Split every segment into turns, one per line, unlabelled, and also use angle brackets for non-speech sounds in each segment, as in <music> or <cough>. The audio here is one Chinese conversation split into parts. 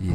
以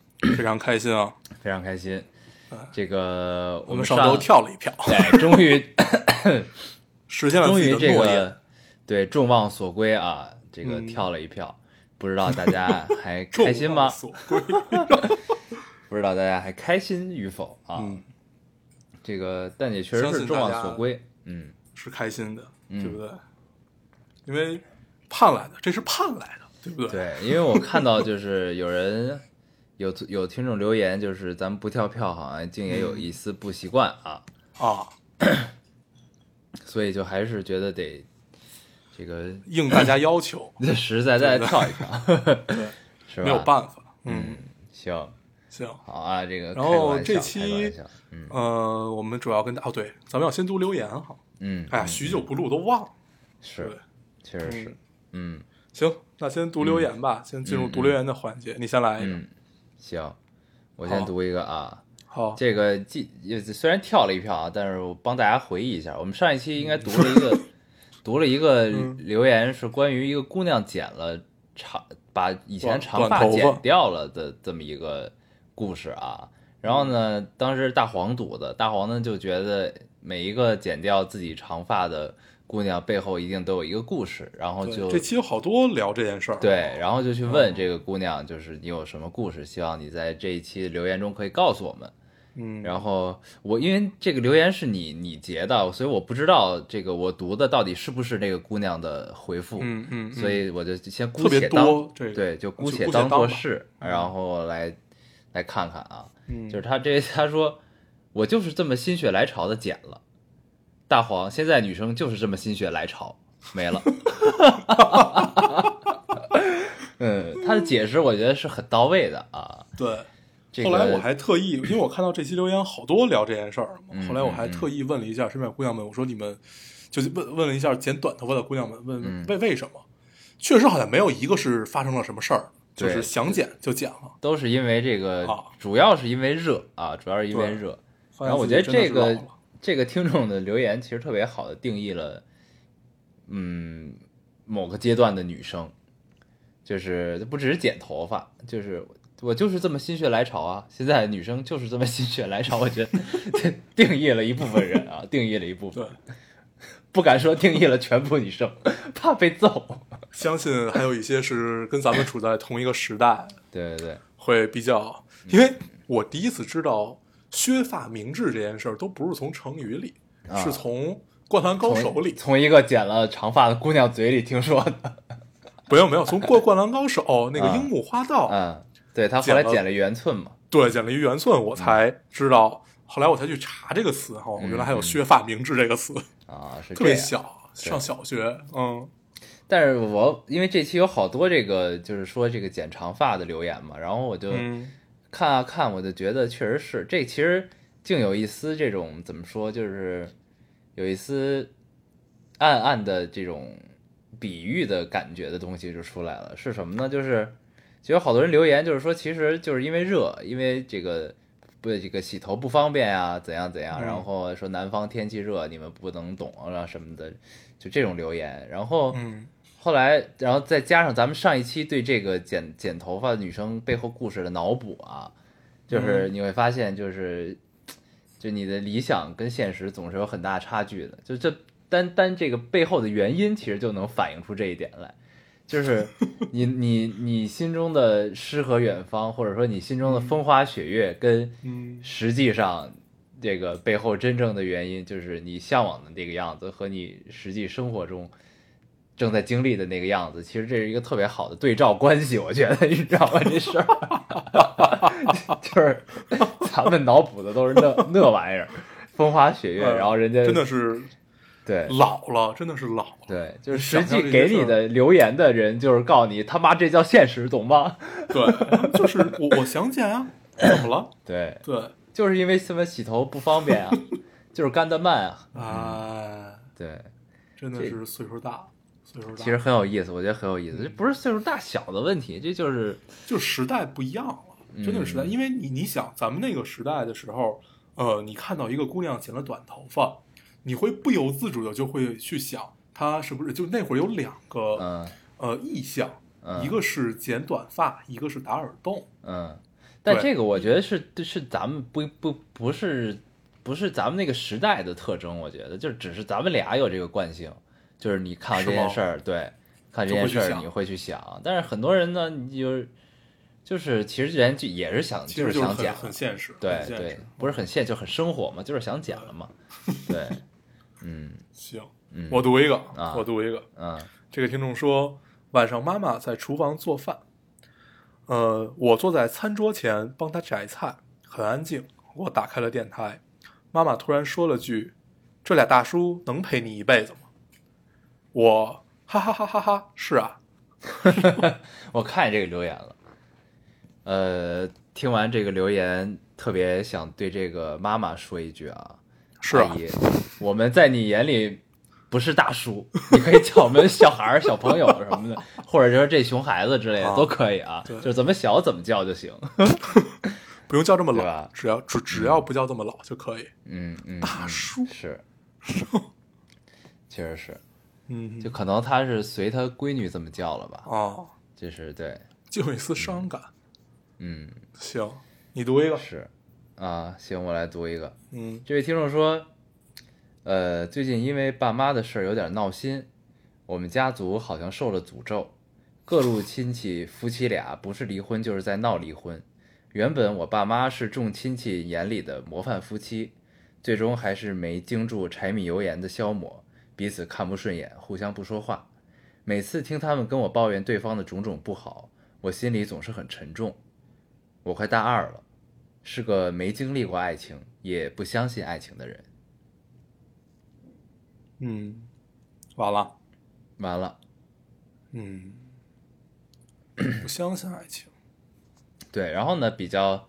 非常开心啊！
非常开心。这个
嗯我
我们
们上周，跳了一票，
对，终
<laughs>
于
实现了
终
自己
于
的
这
诺言。
个对众望所归啊，这个
嗯
跳了一票，不知道大
<laughs>
家还
众
开心
望
吗？
所归
不知道大家还开心与否啊？
嗯，
这个但也确实
相
是
信
众
大
望
家
所归，嗯，
是开心的，
嗯
对不对？因为盼来的，这是盼来的，对不对？
对，因为我看到就是有人。 <laughs> 有有听众留言，就是咱们不跳票，好像竟也有一丝不习惯啊。
啊，
所以就还是觉得得这
<laughs>
个，
应大家要求
<clears throat> 实实在在地跳一跳，
对，
<laughs> 是吧？
没有办法。嗯，
行，
行，
好啊，这个
然后
开个玩笑
这期
开个玩笑嗯
呃，我们主要跟大哦，对，咱们要先读留言哈。
嗯，
哎呀，
嗯
许久不录都忘了。
是
对，
确实是，嗯
行，那先读留言吧，先进入读留言的环节，你先来一个。
嗯，行，我先
哎好
读一个啊，
好，
这个既也虽然跳了一票啊，但是我帮大家回忆一下，我们上一期应该读了一
嗯 <laughs>
个读了一个留言，是关于一个姑娘剪了长，把以前
短
长发
短头发
剪掉了的这么一个故事啊。然后呢，
嗯
当时大黄读的，大黄呢就觉得每一个剪掉自己长发的姑娘背后一定都有一个故事，然后
对
就
这期有好多聊这件事儿。
对，然后就去
嗯
问这个姑娘，就是你有什么故事，希望你在这一期留言中可以告诉我们。
嗯，
然后我因为这个留言是你你截的，所以我不知道这个我读的到底是不是这个姑娘的回复，
嗯嗯，嗯
所以我就先姑
特别
且当
多这个
对，就姑且
就姑且当吧
做是，然后来来看看啊，
嗯
就是他这 <laughs> 他说我就是这么心血来潮的剪了，大黄现在女生就是这么心血来潮没了， <laughs> 嗯，他的解释我觉得是很到位的啊，
对。
这个
后来我还特意，因为我看到这期留言好多聊这件事儿嘛
嗯，
后来我还特意问了一下身边的姑娘们，我说你们就是问问了一下剪短头发的姑娘们，
嗯
问为为什么？确实好像没有一个是发生了什么事儿，就
对
是想剪就剪了。
都是因为这个
啊，
主要是因为热啊，主要是因为
对
热。
发现
然后我
自
觉
己
得
真的
这
是老
个
了
这个听众的留言其实特别好的定义了，嗯，某个阶段的女生，就是不只是剪头发，就是我就是这么心血来潮啊。现在女生就是这么心血来潮，我觉得 <laughs> 这定义了一部分人啊，定义了一部分
对，，
不敢说定义了全部女生，怕被揍。
相信还有一些是跟咱们处在同一个时代，
对对对，
会比较，因为我第一次知道削发明志这件事儿，都不是从成语里，
啊
是从《灌篮高手》里
从从一个剪了长发的姑娘嘴里听说的。
没有没有，从《灌灌篮高手》那个
啊
樱木花道，
嗯，对他后来
剪了
剪了圆寸嘛，
对，剪了一圆寸，
嗯
我才知道。后来我才去查这个词哈，原来还有“削发明志”这个词，
啊，嗯是这
特别
样。
小，上小学，嗯，
但是我因为这期有好多这个就是说这个剪长发的留言嘛，然后我就
嗯
看啊看，我就觉得确实是这其实竟有一丝这种怎么说，就是有一丝暗暗的这种比喻的感觉的东西就出来了，是什么呢？就是就有好多人留言，就是说其实就是因为热，因为这个。不，这个洗头不方便啊，怎样怎样，
嗯
然后说南方天气热，你们不能懂啊什么的，就这种留言。然后，
嗯，
后来，然后再加上咱们上一期对这个剪剪头发女生背后故事的脑补啊，就是你会发现，就是、就你的理想跟现实总是有很大差距的。就这单单这个背后的原因，其实就能反映出这一点来。就是你 <laughs> 你你心中的诗和远方，或者说你心中的风花雪月，跟
嗯
实际上这个背后真正的原因，就是你向往的那个样子和你实际生活中正在经历的那个样子，其实这是一个特别好的对照关系，我觉得你知道吗？这事儿 <laughs> 就是咱们脑补的都是那那玩意儿，风花雪月，
<laughs> 嗯
然后人家
真的是
对。
老了，真的是老了，
对，就是实
想象
际
这些
给
事
你
儿
的留言的人，就是告诉你他妈这叫现实，懂吗？
<laughs> 对，就是我我想剪啊，怎么了？
对，
对
就是因为什么洗头不方便啊， <laughs> 就是干得慢啊。
啊，
对，
真的
这
是岁数大，岁数大，
其实很有意思，我觉得很有意思。这不是岁数大小的问题，这就是
就时代不一样了，真的是时代。
嗯
因为你你想，咱们那个时代的时候，呃，你看到一个姑娘剪了短头发，你会不由自主的就会去想，她是不是就那会儿有两个、
嗯
呃意向，
嗯
一个是剪短发，一个是打耳洞。
嗯。但
对
这个我觉得是是咱们不不不是不是咱们那个时代的特征，我觉得就只是咱们俩有这个惯性，就是你看到这件
是吗
事儿，对，看这
就
件
会
事
去
儿
想
你会去想，但是很多人呢，你就是就是其实人就也是想，
其实
是
就是
想
很
讲，
很现实，
对
很现
对
实。，
不是很现，就很生活嘛，就是想讲了
<laughs>
嘛，对，嗯
行，
嗯，
我读一个，
啊
我读一个。
嗯
这个听众说，晚上妈妈在厨房做饭，呃，我坐在餐桌前帮她摘菜，很安静。我打开了电台，妈妈突然说了句：“这俩大叔能陪你一辈子吗？”我哈哈哈哈哈，是啊，
我看见这个留言了，呃，听完这个留言，特别想对这个妈妈说一句啊，
是啊
阿，姨，我们在你眼里不是大叔，你可以叫我们小孩儿、小朋友什么
<laughs>
的，或者就是这熊孩子之类的
啊
都可以啊，
对
就是怎么小怎么叫就行，
不用叫这么
对
老
吧，
只要只只要不叫这么老就可以。
嗯嗯，
大
嗯
叔
是，确实是，
嗯
就可能他是随他闺女这么叫了吧，
啊，
就是对，
就有一丝伤感。
嗯，
行，你读一个，
是，啊，行，我来读一个，
嗯
这位听众说，呃，最近因为爸妈的事儿有点闹心，我们家族好像受了诅咒，各路亲戚夫妻俩不是离婚就是在闹离婚。原本我爸妈是众亲戚眼里的模范夫妻，最终还是没经住柴米油盐的消磨，彼此看不顺眼，互相不说话。每次听他们跟我抱怨对方的种种不好，我心里总是很沉重。我快大二了，是个没经历过爱情，也不相信爱情的人。
嗯，完了，
完了，
嗯，不相信爱情。
对，然后呢，比较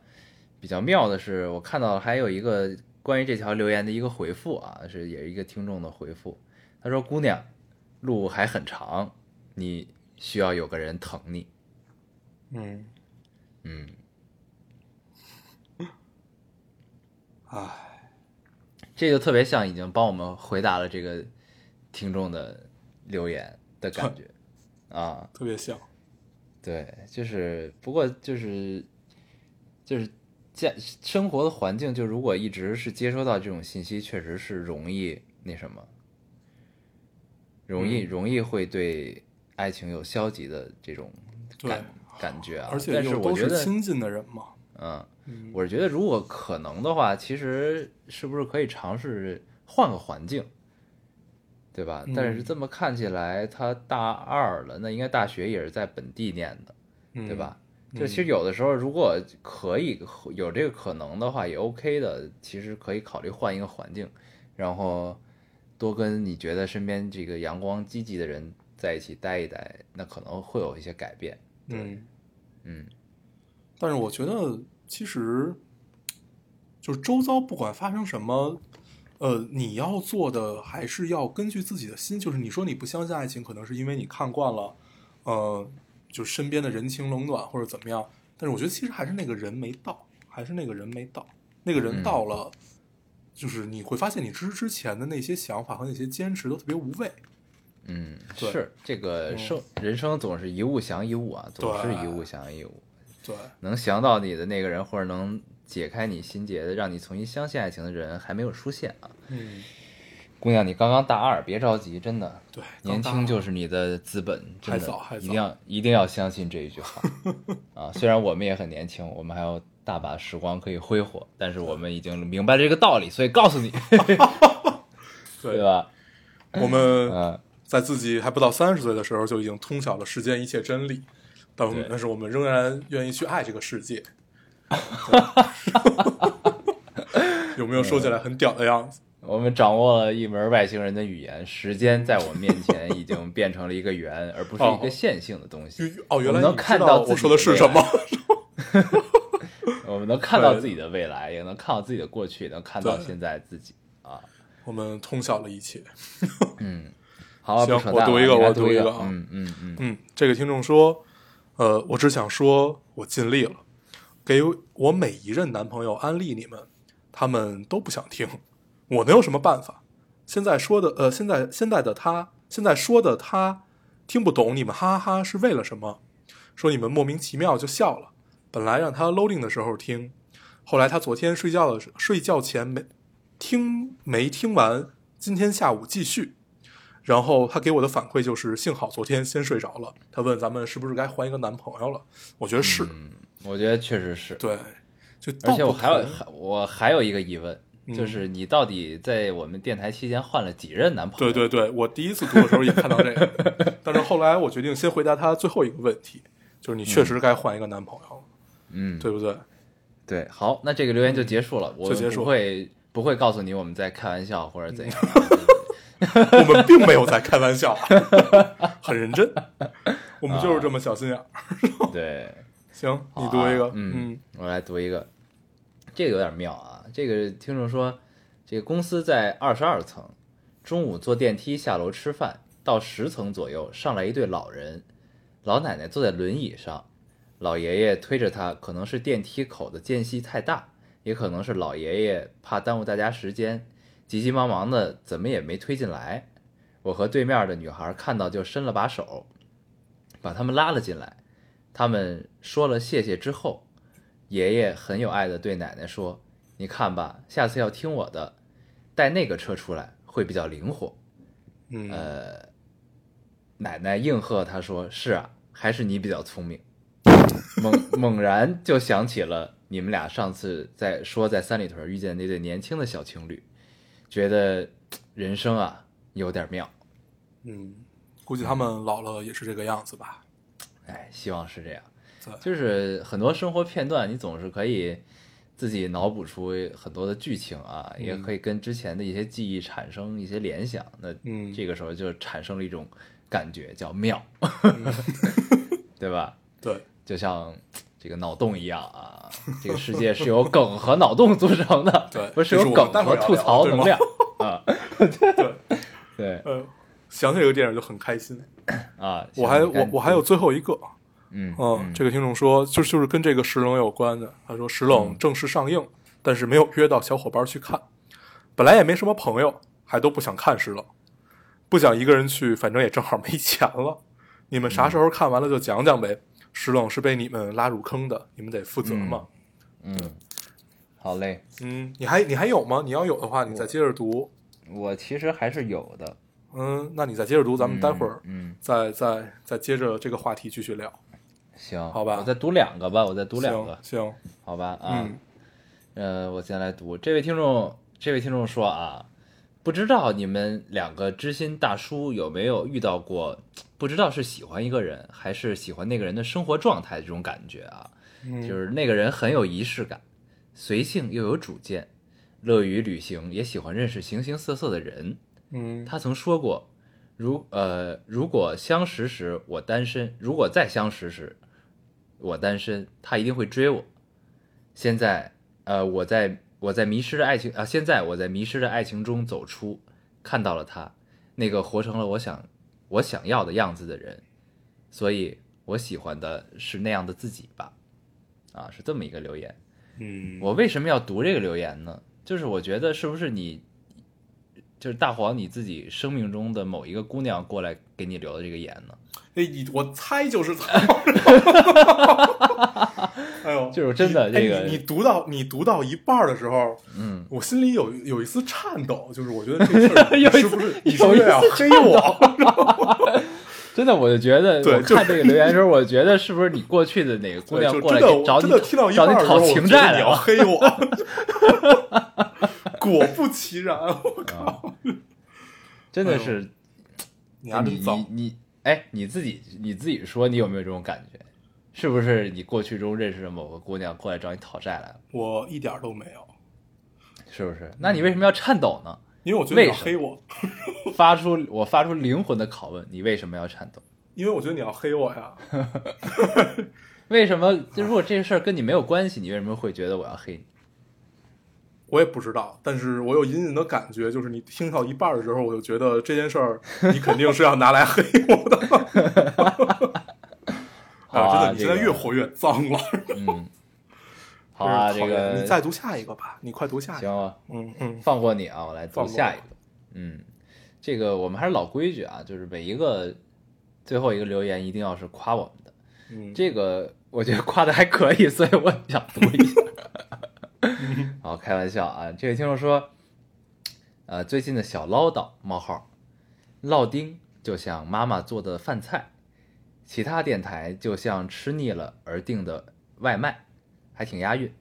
比较妙的是，我看到还有一个关于这条留言的一个回复啊，是也是一个听众的回复，他说：“姑娘，路还很长，你需要有个人疼你。
嗯”
嗯，，
唉，
这就特别像已经帮我们回答了这个听众的留言的感觉啊。
特别像，
对，就是不过就是就是家生活的环境，就如果一直是接收到这种信息，确实是容易那什么，容
嗯
易、容易会对爱情有消极的这种
对
感感觉啊。
而且
但是
又
我
都
觉
是
得，
亲近的人嘛。
嗯，
嗯，
我是觉得如果可能的话，其实是不是可以尝试换个环境，对吧？但是
嗯
这么看起来，他大二了，那应该大学也是在本地念的。
嗯
对吧？就其实有的时候，如果可以有这个可能的话，也 OK 的。其实可以考虑换一个环境，然后多跟你觉得身边这个阳光积极的人在一起待一待，那可能会有一些改变。
嗯？嗯，
嗯
但是我觉得其实就是周遭不管发生什么。呃，你要做的还是要根据自己的心，就是你说你不相信爱情，可能是因为你看惯了，呃，就身边的人情冷暖或者怎么样。但是我觉得其实还是那个人没到，还是那个人没到，那个人
嗯
到了，就是你会发现你之之前的那些想法和那些坚持都特别无谓。
嗯，
对
是这个
嗯
生、人生总是一物降一物啊，总是
对
一物降一物。
对，
能想到你的那个人，或者能解开你心结的，让你重新相信爱情的人，还没有出现啊。
嗯，
姑娘，你刚刚大二，别着急，真的，
对，
年
刚大
轻
二
就是你的资本，真
还
的
早还
一
早
定要一定要相信这一句话
<laughs>
啊！虽然我们也很年轻，我们还有大把时光可以挥霍，但是我们已经明白这个道理，所以告诉你，对
对，
吧？
我们
嗯，
在自己还不到三十岁的时候就已经通晓了世间一切真理，但我们
对
但是我们仍然愿意去爱这个
<laughs>
世界。对有没有说起来很屌的样子？
我们掌握了一门外星人的语言，时间在我面前已经变成了一个圆，而
哦
不是一个线性的东西。
哦，原来
我能
你知
看
道
到自
我
己
说的是
未
什么？
我们能看到
对
自己的未来，也能看到自己的过去，能看到
对
现在自己啊。
<laughs> 我们通晓了一切。
嗯，好啊，
行
不扯
我
淡
读
了
一个
你来
我
读
读一
个
个啊，
嗯嗯嗯，
嗯，这个听众说，呃，我只想说，我尽力了，给我每一任男朋友安利你们，他们都不想听，我能有什么办法？现在说的，呃，现在现在的他，现在说的他听不懂你们哈哈哈是为了什么？说你们莫名其妙就笑了，本来让他 loading 的时候听，后来他昨天睡觉的时睡觉前没听没听完，今天下午继续。然后他给我的反馈就是，幸好昨天先睡着了。他问咱们是不是该换一个男朋友了？我觉得是，
我觉得确实是。
对，就
嗯
道
而且我
不
还有
同
还我还有一个疑问，就
嗯
是你到底在我们电台期间换了几任男朋
对
友？
对对，我第一次读的时候也看到
<laughs>
这个，但是后来我决定先回答他最后一个问题，就是你确实该换一个男朋友了，
嗯，
对不对？
对，好，那这个留言就结束了，我
就结束
不会不会告诉你我们在开玩笑或者怎样，
我们并没有在开玩笑啊， <laughs> 很认真，我们就是这么小心眼儿。嗯
对，
行，
好
你
啊
读一个，
嗯，我来读一个，这个有点妙啊，这个听众说，这个公司在二十二层，中午坐电梯下楼吃饭，到十层左右上来一对老人，老奶奶坐在轮椅上，老爷爷推着她，可能是电梯口的间隙太大，也可能是老爷爷怕耽误大家时间，急急忙忙的怎么也没推进来。我和对面的女孩看到就伸了把手，把他们拉了进来。他们说了谢谢之后，爷爷很有爱的对奶奶说：“你看吧，下次要听我的，带那个车出来会比较灵活。
嗯
呃
嗯，”
奶奶应和他说：“是啊，还是你比较聪明。”猛 <laughs> 猛然就想起了你们俩上次在说在三里屯遇见那对年轻的小情侣，觉得嘖人生啊有点妙，
嗯，估计他们老了也是这个样子吧。
哎，希望是这样。
对
就是很多生活片段，你总是可以自己脑补出很多的剧情啊，也可以跟之前的一些记忆产生一些联想。那
嗯
这个时候就产生了一种感觉，叫妙，
嗯
<laughs> 对吧？
对，
就像这个脑洞一样啊，这个世界是由梗和脑洞组成的，
<laughs> 对
不是
这是
由
我
梗
们待
和
会儿要
吐
聊
槽
对
能
吗 <laughs>
量啊。
对，
对
呃，想起这个电影就很开心。
啊，
我还
行你
我
赶
我还有最后一个，
嗯
嗯，这个听众说，就是就是跟这个石冷有关的。他说石
嗯
冷正式上映，但是没有约到小伙伴去看，本来也没什么朋友，还都不想看石冷，不想一个人去，反正也正好没钱了。你们啥时候看完了就讲讲呗。石冷是被你们拉入坑的，你们得负责嘛。
嗯，好嘞。
嗯，你还你还有吗？你要有的话，你再接着读。
我其实还是有的，
嗯，那你再接着读，咱们待会儿
嗯，
再再再接着这个话题继续聊。
行，
好吧
我再读两个吧，我再读两个，
行，行
好吧啊，
嗯
呃，我先来读。这位听众，这位听众说啊，不知道你们两个知心大叔有没有遇到过，不知道是喜欢一个人还是喜欢那个人的生活状态这种感觉啊，
嗯，
就是那个人很有仪式感，随性又有主见，乐于旅行，也喜欢认识形形色色的人。
嗯
他曾说过，如呃，如果相识时我单身，如果再相识时我单身，他一定会追我。现在，呃，我在我在迷失的爱情啊、现在我在迷失的爱情中走出，看到了他，那个活成了我想我想要的样子的人，所以我喜欢的是那样的自己吧。啊，是这么一个留言。
嗯，
我为什么要读这个留言呢？就是我觉得是不是你，就是大黄你自己生命中的某一个姑娘过来给你留的这个言呢？
哎，你我猜就是他。哎呦，
就是真的
你
这个
哎你，你读到你读到一半儿的时候，
嗯，
我心里有有一丝颤抖，就是我觉得这事
<laughs>
儿你是不是你是不
有一
是要黑
<laughs>
我？
真的，我就觉得
对
我
就
看这个留言的时候，我觉得是不是你过去的哪个姑
对
娘
就
过来
真的
给找
我真
你
的听到一
找
半
你
儿的时候，
讨
我觉
情
得
债来
你要
了？
黑我。 <laughs> 果不其然，啊我靠！
<laughs> 真的是
哎你
你
还真
你
脏，
你哎，你自己你自己说，你有没有这种感觉？是不是你过去中认识的某个姑娘过来找你讨债来了？
我一点儿都没有，
是不是？那你为什么要颤抖呢？
因为我觉得你要
为什么
黑我，
发出我发出灵魂的拷问，你为什么要颤抖？
因为我觉得你要黑我呀。
为什么？就如果这个事儿跟你没有关系，你为什么会觉得我要黑你？
我也不知道，但是我有隐隐的感觉，就是你听到一半儿的时候，我就觉得这件事儿你肯定是要拿来黑我的。
好 <laughs> 啊
真的，你
这
现
个
在越活越脏了。
嗯，好啊，
真
这
是讨厌
个
你再读下一个吧，你快读下一
行
个。
啊，
嗯嗯，
放过你啊，我来读
放过
下一个。嗯，这个我们还是老规矩啊，就是每一个最后一个留言一定要是夸我们的。
嗯
这个我觉得夸的还可以，所以我想读一下。 <laughs> 好，开玩笑啊！这位听众说，呃，最近的小唠叨冒号，烙丁就像妈妈做的饭菜，其他电台就像吃腻了而订的外卖，还挺押韵，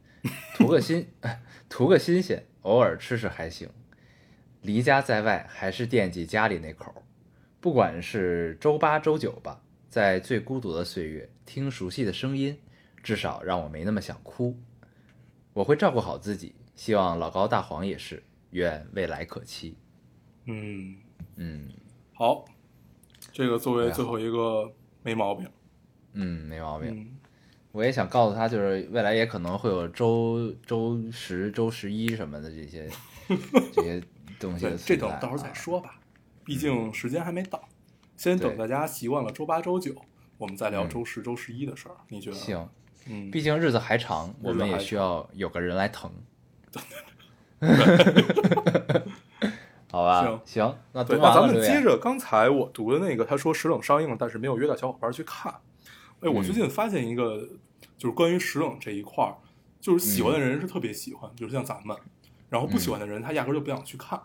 图个新， <laughs> 图个新鲜，偶尔吃吃还行。离家在外，还是惦记家里那口儿。不管是周八、周九吧，在最孤独的岁月，听熟悉的声音，至少让我没那么想哭。我会照顾好自己，希望老高、大黄也是。愿未来可期。
嗯，
嗯
好，这个作为最后一个没毛病。
嗯，没毛病。
嗯
我也想告诉他，就是未来也可能会有周周十、周十一什么的这些这些东西
<laughs> 对，
的存在
这等
啊。
到时候再说吧，毕竟时间还没到，先等
对
大家习惯了周八、周九，我们再聊
嗯
周十、周十一的事儿。你觉得？，
行，
嗯，
毕竟日子还长，我们也需要有个人来
<laughs>
疼。好吧，行，那啊读
对，
完
那
了
咱们
留言
接着刚才我读的那个，他说石冷上映了，但是没有约到小伙伴去看。哎，我
嗯
最近发现一个，就是关于石冷这一块儿，就是喜
嗯
欢的人是特别喜欢，就是像咱们，然后不喜欢的人他压根儿就不想去看。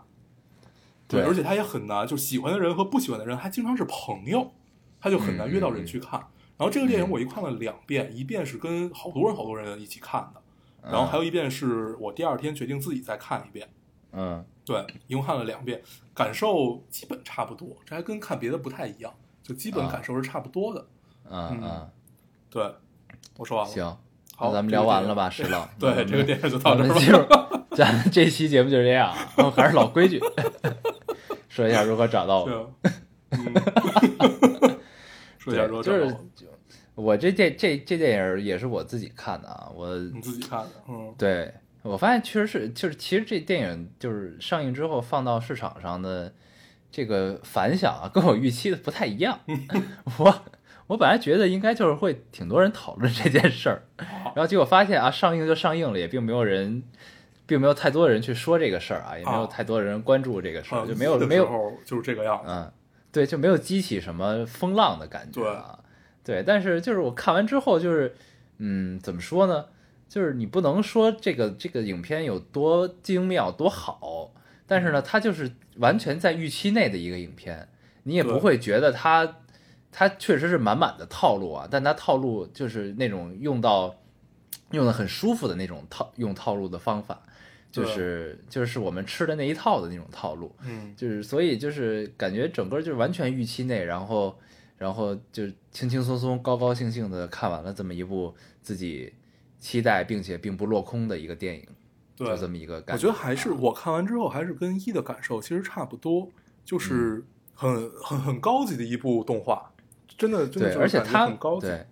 对
而且他也很难，就喜欢的人和不喜欢的人还经常是朋友，他就很难约到
嗯
人去看。然后这个电影我一看了两遍，一遍是跟好多人好多人一起看的，然后还有一遍是我第二天决定自己再看一遍。
嗯，
对，一共看了两遍，感受基本差不多，这还跟看别的不太一样，就基本
啊
感受是差不多的。
嗯
嗯
嗯，
对，我说完了。，
行，
好
那咱们
这个
聊完
电
了
影。
吧，石老嗯
对，这个电影就
咱
到这
们
儿 <laughs> 吧。
就咱们这期节目就是这样啊，我们还是老规矩， <laughs> 说一下如何找到我们。
对，嗯，
<laughs>
<laughs> 说一
对，
下
就
说这
是
种
我这电这这电影也是我自己看的啊，我
你自己看的，嗯，
对，我发现确实是，就是其实这电影就是上映之后放到市场上的这个反响啊，跟我预期的不太一样。我我本来觉得应该就是会挺多人讨论这件事儿，然后结果发现啊，上映就上映了，也并没有人。并没有太多人去说这个事儿啊，也没有
啊
太多人关注这个事儿，
啊
就没有
的
没
时
有
候就是这个样子。
嗯，对，就没有激起什么风浪的感觉啊。对，但是就是我看完之后，就是嗯，怎么说呢？就是你不能说这个这个影片有多精妙多好，但
嗯
是呢，它就是完全在预期内的一个影片，你也不
对
会觉得它它确实是满满的套路啊，但它套路就是那种用到用的很舒服的那种套用套路的方法，就
对
是就是我们吃的那一套的那种套路，
嗯，
就是所以就是感觉整个就是完全预期内，然后然后就是轻轻松松、高高兴兴的看完了这么一部自己期待并且并不落空的一个电影，
对，
就这么一个感啊
我觉得还是我看完之后，还是跟一的感受其实差不多，
嗯
就是很很很高级的一部动画，真的真的
对，
就是
而且
感觉
他
很高级，
对，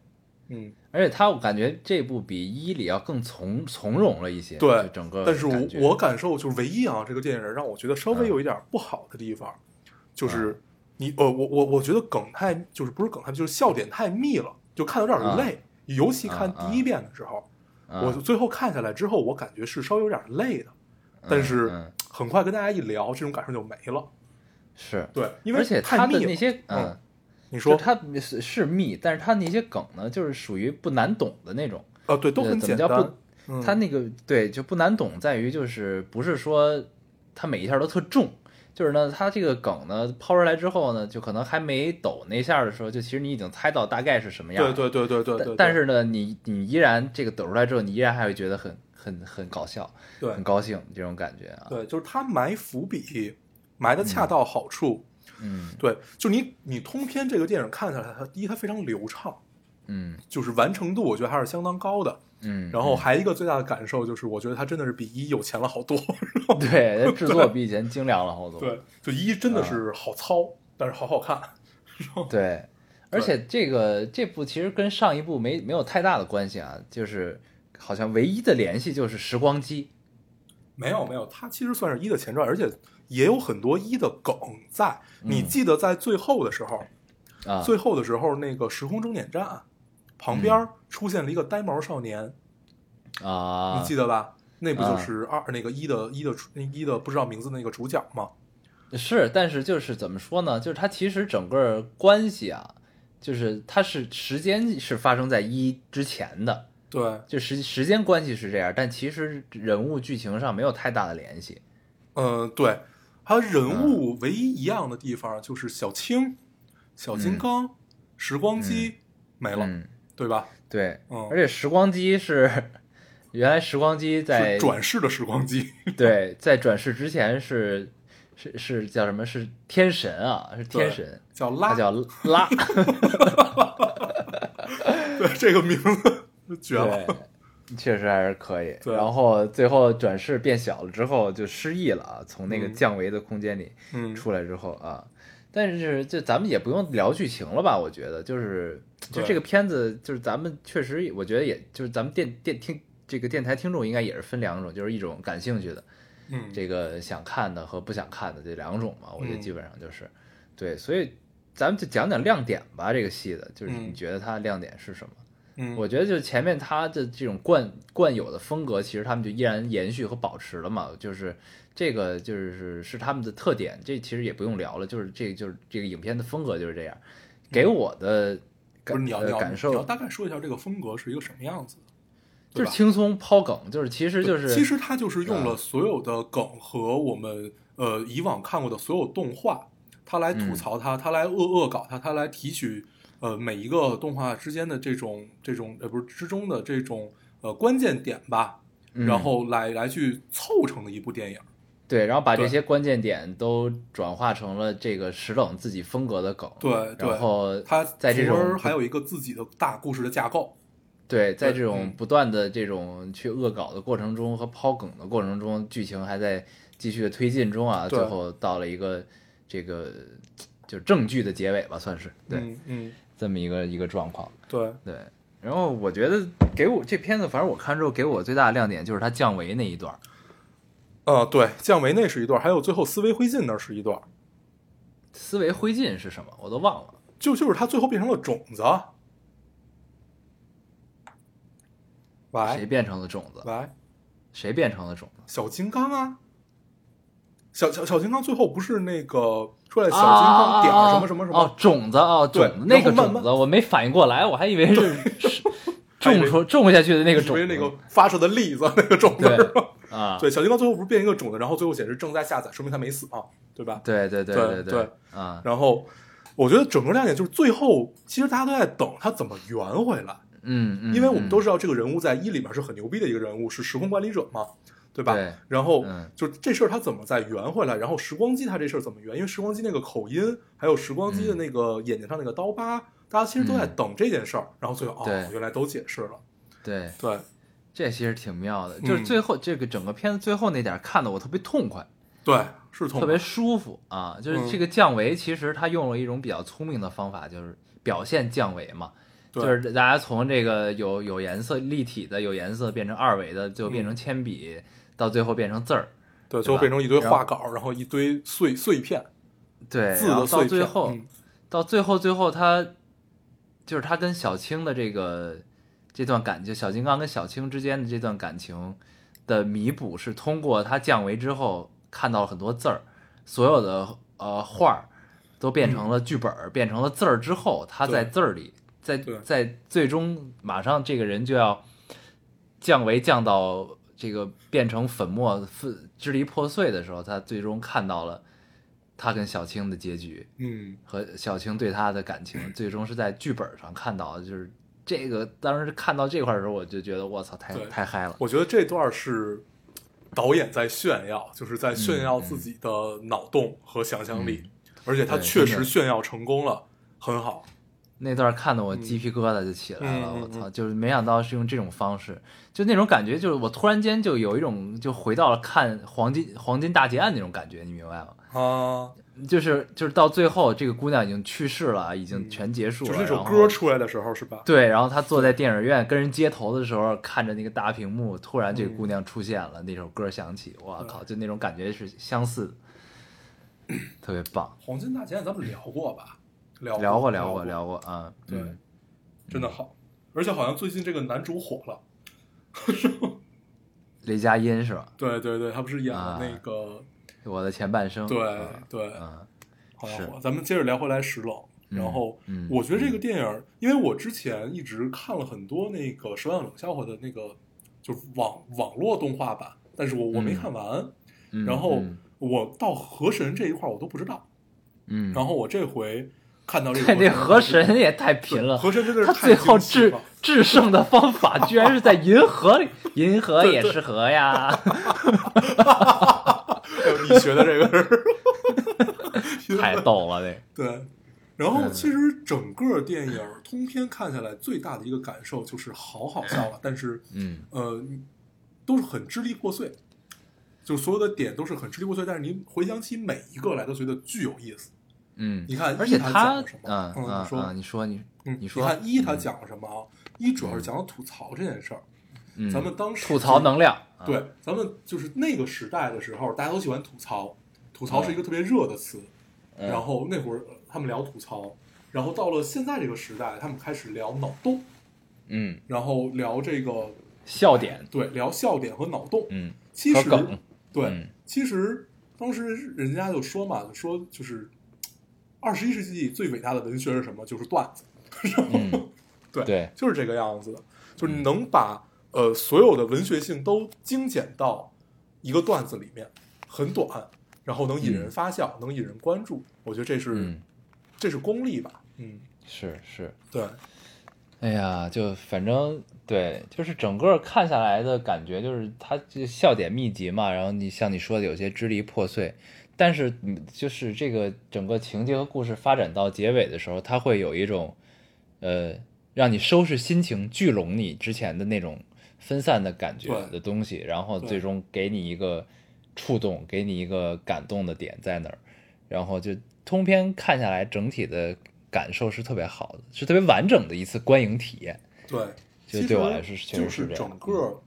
嗯，
而且他我感觉这部比一里要更从从容了一些，
对
就，整个
但是
呃感觉嗯
我我感受就是唯一啊，这个电影让我觉得稍微有一点不好的地方，就是你呃，我我我觉得梗太就是不是梗太就是笑点太密了，就看有点累，尤其看第一遍的时候，
嗯
我最后看下来之后，我感觉是稍微有点累的，
嗯
但是
嗯
很快跟大家一聊，这种感受就没了。
是，
对，因为
而且
太
他
密
的
了。
那些
嗯
嗯，
你
就
说
他是是密，但是他那些梗呢，就是属于不难懂的那种。
啊，对，都
呃
很
怎么
简
叫
单
不。
嗯
他那个对就不难懂，在于就是不是说他每一下都特重，就是呢，他这个梗呢抛出来之后呢，就可能还没抖那下的时候，就其实你已经猜到大概是什么样
对
了。
对对对对对对，
但但是呢，你你依然这个抖出来之后，你依然还会觉得很很很搞笑，
对
很高兴这种感觉啊。
对，就是他埋伏笔埋的恰到好处。
嗯
对，就你你通篇这个电影看下来，它第一它非常流畅，
嗯
就是完成度我觉得还是相当高的。
嗯。
然后还一个最大的感受就是，我觉得它真的是比一有钱了好多。
嗯
<laughs> 然后
对它制作比以前精良了好多。
对，就一真的是好糙，但是好好看。
对，而且这个这部其实跟上一部没没有太大的关系啊，就是好像唯一的联系就是时光机，
没有没有，它其实算是一的前传，而且也有很多一的梗在。你记得在最后的时候，
嗯啊，
最后的时候那个时空终点站旁
嗯
边出现了一个呆毛少年，
啊，
你记得吧？那不就是二、那个一的一的主那一的不知道名字那个主角吗？
是，但是就是怎么说呢？就是它其实整个关系啊，就是它是时间是发生在一之前的，
对，
就时时间关系是这样，但其实人物剧情上没有太大的联系。
嗯，对，他
嗯
人物唯一一样的地方就是小青、小金刚、时光机没了，
嗯，
对吧？
对，
嗯
而且时光机是原来时光机在
是转世的时光机，
对在转世之前是是是叫什么？是天神啊，是天
对
神，
叫拉，
他叫拉，
对这个名字绝了。
对，确实还是可以。
对啊
然后最后转世变小了之后就失忆了啊，从那个
嗯
降维的空间里
嗯，
出来之后啊。但是就咱们也不用聊剧情了吧？我觉得就是就
对
这个片子，就是咱们确实也，我觉得也就是咱们电电听这个电台听众应该也是分两种，就是一种感兴趣的，
嗯，
这个想看的和不想看的这两种嘛，我觉得
嗯
基本上就是，对，所以咱们就讲讲亮点吧，这个戏的，就是你
嗯
觉得它的亮点是什么？
嗯，
我觉得就是前面他的这种惯惯有的风格，其实他们就依然延续和保持了嘛，就是这个就是是他们的特点，这其实也不用聊了，就是这就是这个影片的风格就是这样，给我的
嗯不
感、
是你要
呃
你要
感
你要
受
大概说一下这个风格是一个什么样子的，
就是
对吧？
轻松抛梗，就是其实就是
其实它就是用了
嗯
所有的梗和我们呃以往看过的所有动画，它来
嗯
吐槽它，它来恶恶搞它，它来提取呃每一个动画之间的这种这种呃不是之中的这种呃关键点吧，
嗯
然后来来去凑成的一部电影。
对，然后把这
对
些关键点都转化成了这个石冷自己风格的梗，
对对
然后
它
在这
从而
种
还有一个自己的大故事的架构。
对，在
对
这种
嗯
不断的这种去恶搞的过程中和抛梗的过程中，剧情还在继续的推进中啊，
对
最后到了一个这个就正剧的结尾吧，算是对、
嗯嗯，
这么一个一个状况。
对，
对，然后我觉得给我这片子，反正我看之后给我最大的亮点就是它降维那一段儿，
呃对，降维那是一段，还有最后思维灰烬那是一段，
思维灰烬是什么我都忘了。
就就是它最后变成了种子。
谁
喂
变成了种子？
喂，
谁变成了种子？
小金刚啊，小小小金刚最后不是那个出来小金
啊
刚点儿什么什么什么？
哦，种子哦，种
对
子那个
然后慢
种
慢
子，我没反应过来，我还以为是是种出种下去的那个
以
种
为
子，
那个发射的粒子那个种子
对
是吧？
啊，
对，小金刚最后不是变一个种子，然后最后显示正在下载，说明他没死啊，对吧？
对对对
对
对
对
啊，
然后我觉得整个亮点就是最后，其实大家都在等他怎么圆回来，
嗯嗯，
因为我们都
是
知道这个人物在一里面是很牛逼的一个人物，是时空管理者嘛，对吧？
对
然后
嗯
就这事儿他怎么再圆回来？然后时光机他这事儿怎么圆？因为时光机那个口音，还有时光机的
嗯
那个眼睛上那个刀疤，大家其实都在等这件事儿。然后最后
对
哦，原来都解释了。
对，
对，
这其实挺妙的，就是
嗯
最后这个整个片子最后那点儿看的我特别痛快，
对，是痛
特别舒服啊，就是
嗯
这个降维，其实他用了一种比较聪明的方法，就是表现降维嘛。就
对
是大家从这个有有颜色立体的有颜色变成二维的，最后
嗯
变成铅笔，到最后变成字儿，
对，最后
吧
变成一堆
然后
画稿，然后一堆碎碎片
对，
字
然后
的
到
碎片。
最后，
嗯
到最后，最后他就是他跟小青的这个这段感情，小金刚跟小青之间的这段感情的弥补，是通过他降维之后看到了很多字儿，所有的呃画儿都变成了剧本儿，变成了字儿之后，他在
嗯对
字儿里，在
对
在最终马上这个人就要降维降到这个变成粉末、粉支离破碎的时候，他最终看到了他跟小青的结局。
嗯，
和小青对他的感情，最终是在剧本上看到的，就是这个。当时看到这块儿的时候，我就觉得我操，太
对
太嗨了。
我觉得这段是导演在炫耀，就是在炫耀自己的脑洞和想象力，而且他
嗯对
确
真
实
的
炫耀成功了，很好。
那段看的我鸡皮疙瘩就起来了，
嗯嗯嗯嗯
我操，就是没想到是用这种方式，就那种感觉，就是我突然间就有一种就回到了看黄金黄金大劫案那种感觉，你明白吗？
啊，
就是就是到最后，这个姑娘已经去世了，啊已经全结束
嗯就
了。
是那首
然
歌
后
出来的时候是吧？
对，然后他坐在电影院跟人接头的时候，看着那个大屏幕，突然这个
嗯
姑娘出现了，那首歌响起，我靠，就那种感觉是相似的，
<clears throat>
特别棒。
黄金大劫案咱们聊过吧？聊
聊
过
过聊
过
过聊过啊，
对
嗯，
真的好。而且好像最近这个男主火了，
雷佳音是吧？
对对对，他不是演了
啊
那个，
我的前半生，
对对，
啊嗯，
好像
是
火。咱们接着聊回来石楼，
嗯
然后
嗯
我觉得这个电影儿，因为我之前一直看了很多那个《十万冷笑话》的那个，就是网网络动画版，但是我我没
嗯
看完，
嗯
然后
嗯
我到河神这一块儿我都不知道，
嗯，
然后我这回看到这个
看这河神也太
对
贫了，
河神真的是
他
太
最后
惊喜
制
了
制胜的方法居然是
<laughs>
在银河里，银河也是河呀，
哎呦你学的这个
<laughs>
是
太逗嗯了那。
对。然后其实整个电影儿通篇看下来，最大的一个感受就是好好笑了，但是
嗯
呃都是很支离破碎，就所有的点都是很支离破碎，但是您回想起每一个来都觉得巨有意思。
嗯，
你看
而
一
且
他
他
讲了什，么
嗯？
嗯，你
嗯
说
嗯，你说你
嗯，
你说
看一他讲了什么啊？一主要是讲了吐槽这件事儿，
嗯
咱们当时
吐槽能量，啊
嗯对，咱们就是那个时代的时候，大家都喜欢吐槽，吐槽是一个特别热的词。
嗯
然后那会儿呃他们聊吐槽，然后到了现在这个时代，他们开始聊脑洞，
嗯，
然后聊这个
笑点，
对，聊笑点和脑洞。
嗯
其
和
实
梗
对，
嗯
其实当时人家就说嘛，就说就是二十一世纪最伟大的文学是什么？就是段子。
嗯，
对，
对
就是这个样子的，就是你能把呃所有的文学性都精简到一个段子里面，很短，然后能引人发笑，能引人关注。我觉得这是、
嗯
这是功力吧？嗯，
是是，
对，
哎呀，就反正对，就是整个看下来的感觉就是它这笑点密集嘛，然后你像你说的有些支离破碎，但是嗯就是这个整个情节和故事发展到结尾的时候，它会有一种呃让你收拾心情、聚拢你之前的那种分散的感觉
对
的东西，然后
对
最终给你一个触动，给你一个感动的点在哪儿，然后就通篇看下来，整体的感受是特别好的，是特别完整的一次观影体验。
对，
其实
其实
对我来说是确
就
实是这样嗯
整个，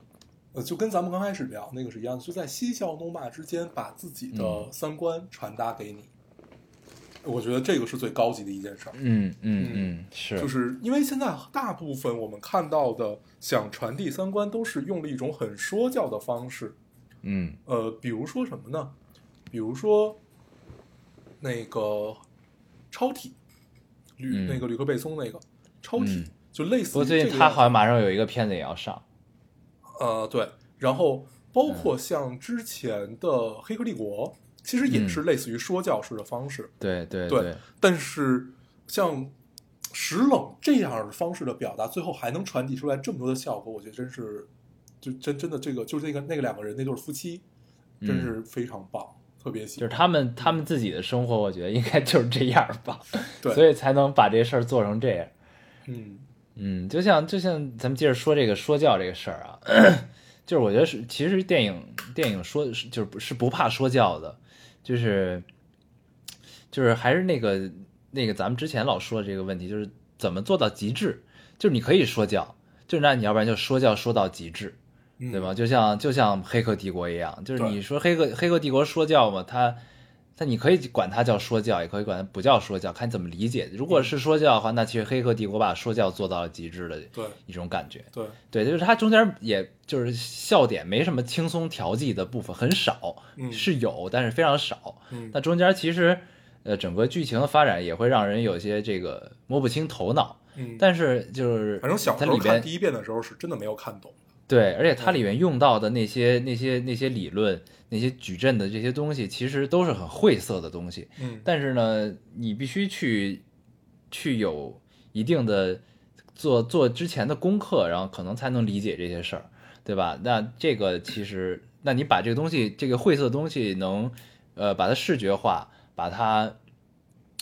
呃，就跟咱们刚开始聊那个是一样的，就在嬉笑怒骂之间把自己的
嗯
三观传达给你，我觉得这个是最高级的一件事儿。
嗯嗯
嗯
嗯，是，
就是因为现在大部分我们看到的想传递三观，都是用了一种很说教的方式。
嗯
呃，比如说什么呢？比如说那个超体，吕、
嗯
那个吕克贝松那个超体，
嗯
就类似
不过
于这
最
个
近他
样子
好像马上有一个片子也要上，
呃，对，然后包括
嗯
像之前的《黑客帝国》，其实
嗯
也是类似于说教式的方式，
对对
对但是像石冷这样的方式的表达，最后还能传递出来这么多的效果，我觉得真是，就真真的这个就是那个那个两个人，那就是夫妻，真
嗯
是非常棒，特别喜
就是
欢。
他们他们自己的生活，我觉得应该就是这样吧，
对
所以才能把这事儿做成这样。
嗯，
嗯，就像就像咱们接着说这个说教这个事儿啊， <clears throat> 就是我觉得是其实电影电影说是就是不是不怕说教的，就是就是还是那个那个咱们之前老说的这个问题，就是怎么做到极致，就是你可以说教，就是那你要不然就说教说到极致，
嗯
对吧？？就像就像《黑客帝国》一样，就是
对
你说黑客《黑客帝国》说教嘛，它它你可以管它叫说教，也可以管它不叫说教，看你怎么理解。如
嗯
果是说教的话，那其实《黑客帝国》把说教做到了极致的
对
一种感觉。
对，
对，就是它中间也就是笑点没什么轻松调剂的部分，很少，
嗯
是有，但是非常少。
嗯
那中间其实呃整个剧情的发展也会让人有些这个摸不清头脑。
嗯，
但是就是
反正小时
它
候
里
看
边
第一遍的时候是真的没有看懂。
对，而且它里面用到的那些、那些、那些理论、那些矩阵的这些东西，其实都是很晦涩的东西。
嗯，
但是呢，你必须去去有一定的做做之前的功课，然后可能才能理解这些事儿，对吧？那这个其实，那你把这个东西，这个晦涩的东西能，呃，把它视觉化，把它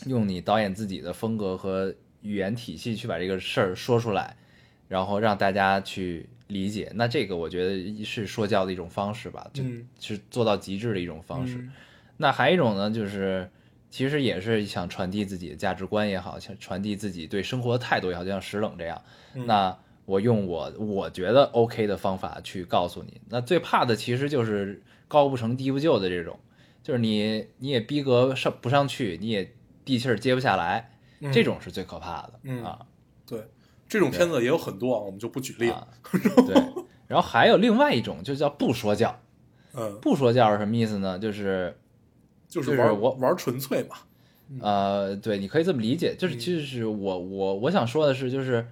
用你导演自己的风格和语言体系去把这个事儿说出来，然后让大家去理解。那这个我觉得是说教的一种方式吧，就
嗯
是做到极致的一种方式。
嗯
那还有一种呢，就是其实也是想传递自己的价值观也好，想传递自己对生活的态度也好，就像石冷这样。
嗯
那我用我我觉得 OK 的方法去告诉你。那最怕的其实就是高不成低不就的这种，就是你你也逼格上不上去，你也地气儿接不下来，
嗯
这种是最可怕的、
嗯
啊。
对这种片子也有很多啊，我们就不举例了。
啊，对。然后还有另外一种，就叫不说教。
嗯，
不说教是什么意思呢？就是
就是
就是
玩
我啊
玩纯粹嘛。嗯
呃，对，你可以这么理解，就是其实是我我我想说的是，就是，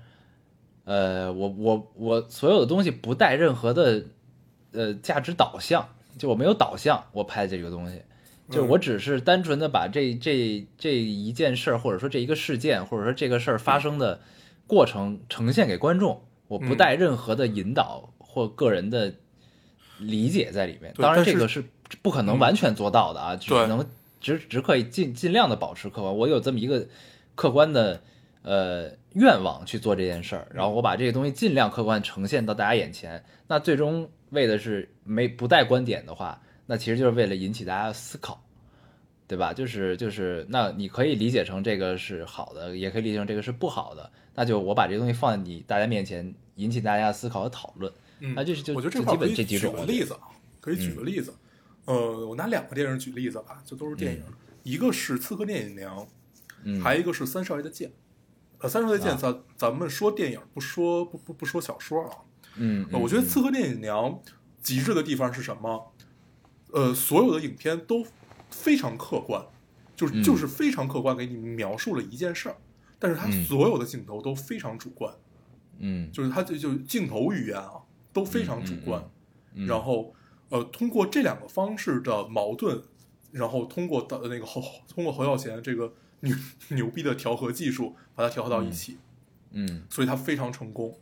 呃，我我我所有的东西不带任何的呃价值导向，就我没有导向，我拍这个东西，就
嗯
我只是单纯的把这这这一件事儿，或者说这一个事件，或者说这个事儿发生的过程呈现给观众，我不
嗯
带任何的引导或个人的理解在里面。
对
当然，
但
这
是
个是不可能完全做到的啊，只
嗯对
能只只可以尽尽量的保持客观。我有这么一个客观的呃愿望去做这件事儿，然后我把这个东西尽量客观呈现到大家眼前。那最终为的是没不带观点的话，那其实就是为了引起大家思考。对吧？就是就是，那你可以理解成这个是好的，也可以理解成这个是不好的。那就我把这东西放在你大家面前，引起大家思考和讨论。
嗯，
啊，就是就
我觉得
就
这块
基
儿可
本
以
这几
举
种
个例子啊，可以举
嗯
个例子。呃，我拿两个电影举例子吧，就都是电影，一个是《刺客聂隐娘》，
嗯，啊
还有一个是《三少爷的剑》。呃，《三少爷的剑》咱咱们说电影，不说不不不说小说啊。
嗯，
呃
嗯
我觉得《刺客聂隐娘》极致的地方是什么？呃，所有的影片都非常客观，就是
嗯
就是非常客观给你描述了一件事儿，但是它
嗯
所有的镜头都非常主观，
嗯，
就是它就就镜头语言啊都非常主观。
嗯
然后呃，通过这两个方式的矛盾，然后通过的呃那个侯通过侯孝贤这个牛 <laughs> 牛逼的调和技术，把它调和到一起，
嗯
所以它非常成功，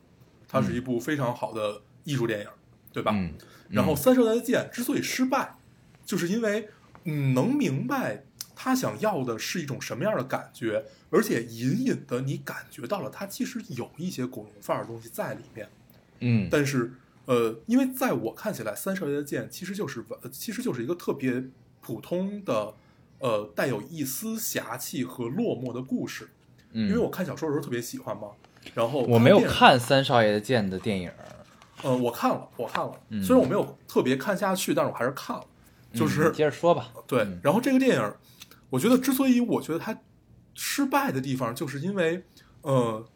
它是一部非常好的艺术电影，对吧？
嗯，
然后三十代的剑之所以失败，就是因为嗯能明白他想要的是一种什么样的感觉，而且隐隐的你感觉到了他其实有一些古龙范儿的东西在里面，
嗯
但是呃，因为在我看起来，三十代的剑其实就是呃其实就是一个特别普通的呃带有一丝侠气和落寞的故事，
嗯，
因为我看小说的时候特别喜欢嘛。然后
我没有
它变
看三少爷的剑的电影儿，
呃，我看了，我看了，
嗯
虽然我没有特别看下去，但是我还是看了。就是、
嗯接着说吧，
对
嗯，
然后这个电影，我觉得之所以我觉得它失败的地方，就是因为呃，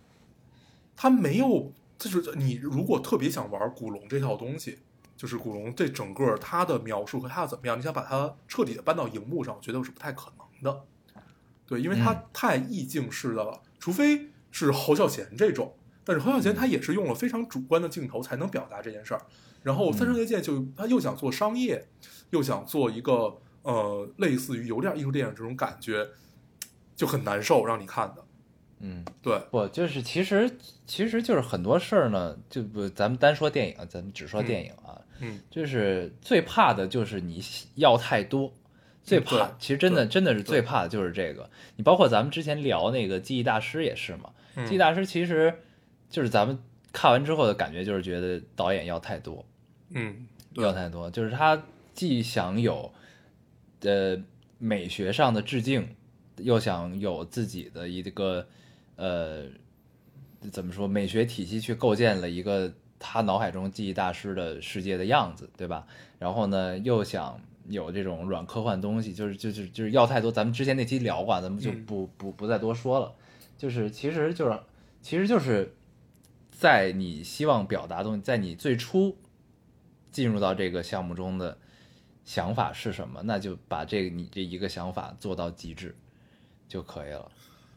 它没有，就是你如果特别想玩古龙这套东西，就是古龙这整个它的描述和它的怎么样，你想把它彻底的搬到荧幕上，我觉得是不太可能的。对，因为它
嗯
太意境式的了，除非是侯孝贤这种。但是侯孝贤他也是用了非常主观的镜头才能表达这件事儿，然后三生月剑就他又想做商业，又想做一个呃类似于有点艺术电影这种感觉，就很难受让你看的。
嗯，
对，
不，就是其实其实就是很多事儿呢，就不咱们单说电影，咱们只说电影啊，
嗯
就是最怕的就是你要太多。最怕
嗯对，
其实真的
对
真的是最怕的就是这个。你包括咱们之前聊那个记忆大师也是嘛，
嗯
记忆大师其实就是咱们看完之后的感觉，就是觉得导演要太多，
嗯，对
要太多，就是他既想有呃美学上的致敬，又想有自己的一个呃怎么说美学体系去构建了一个他脑海中记忆大师的世界的样子，对吧？然后呢，又想有这种软科幻东西，就是就是就是要太多。咱们之前那期聊过啊，咱们就
嗯
不不不再多说了。就是其实就是其实就是在你希望表达的东西，在你最初进入到这个项目中的想法是什么，那就把这个你这一个想法做到极致就可以了。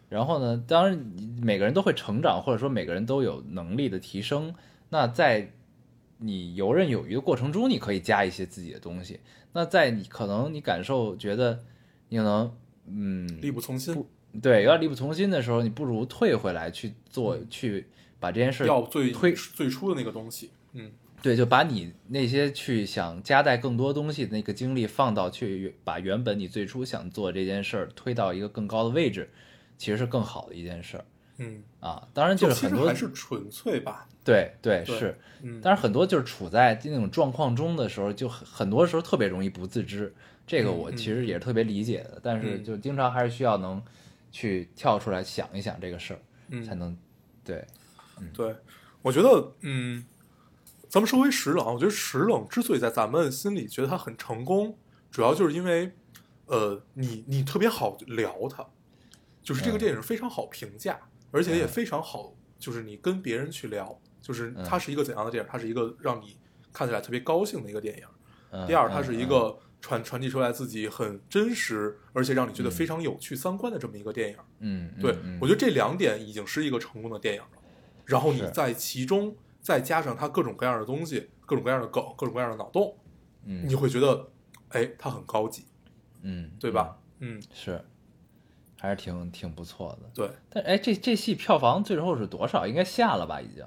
然后呢，当然你每个人都会成长，或者说每个人都有能力的提升。那在你游刃有余的过程中，你可以加一些自己的东西。那在你可能你感受觉得你可能嗯
力不从心，
对有点力不从心的时候，你不如退回来去做去把这件事
要最
推
最初的那个东西。嗯
对，就把你那些去想夹带更多东西的那个精力放到去把原本你最初想做这件事儿推到一个更高的位置，其实是更好的一件事儿
嗯，
啊。当然就是
其
很
实
多
还是纯粹吧。
对对
对
是，
嗯，
但是很多就是处在那种状况中的时候，就很很多时候特别容易不自知。这个
嗯
我
嗯
其实也是特别理解的，但是
嗯
就经常还是需要能去跳出来想一想这个事儿，
嗯
才能对，
对，我觉得，嗯，咱们说回石冷啊，我觉得石冷之所以在咱们心里觉得他很成功，主要就是因为，呃，你你特别好聊他，就是这个
嗯
电影非常好评价，而且也
嗯
非常好，就是你跟别人去聊，就是
嗯
它是一个怎样的电影，它是一个让你看起来特别高兴的一个电影。
嗯、
第二，
嗯
它是一，个传传递出来自己很真实，而且让你觉得非常有趣、三观的这么一个电影。
嗯，嗯
对
嗯、，
我觉得这两点已经是一个成功的电影了。然后你
是
在其中再加上它各种各样的东西、各种各样的梗、各种各样的脑洞，
嗯
你会觉得，哎，它很高级，
嗯，
对吧？嗯，
嗯？是，还是挺挺不错的。
对
但哎，这这戏票房最后是多少？应该下了吧？已经，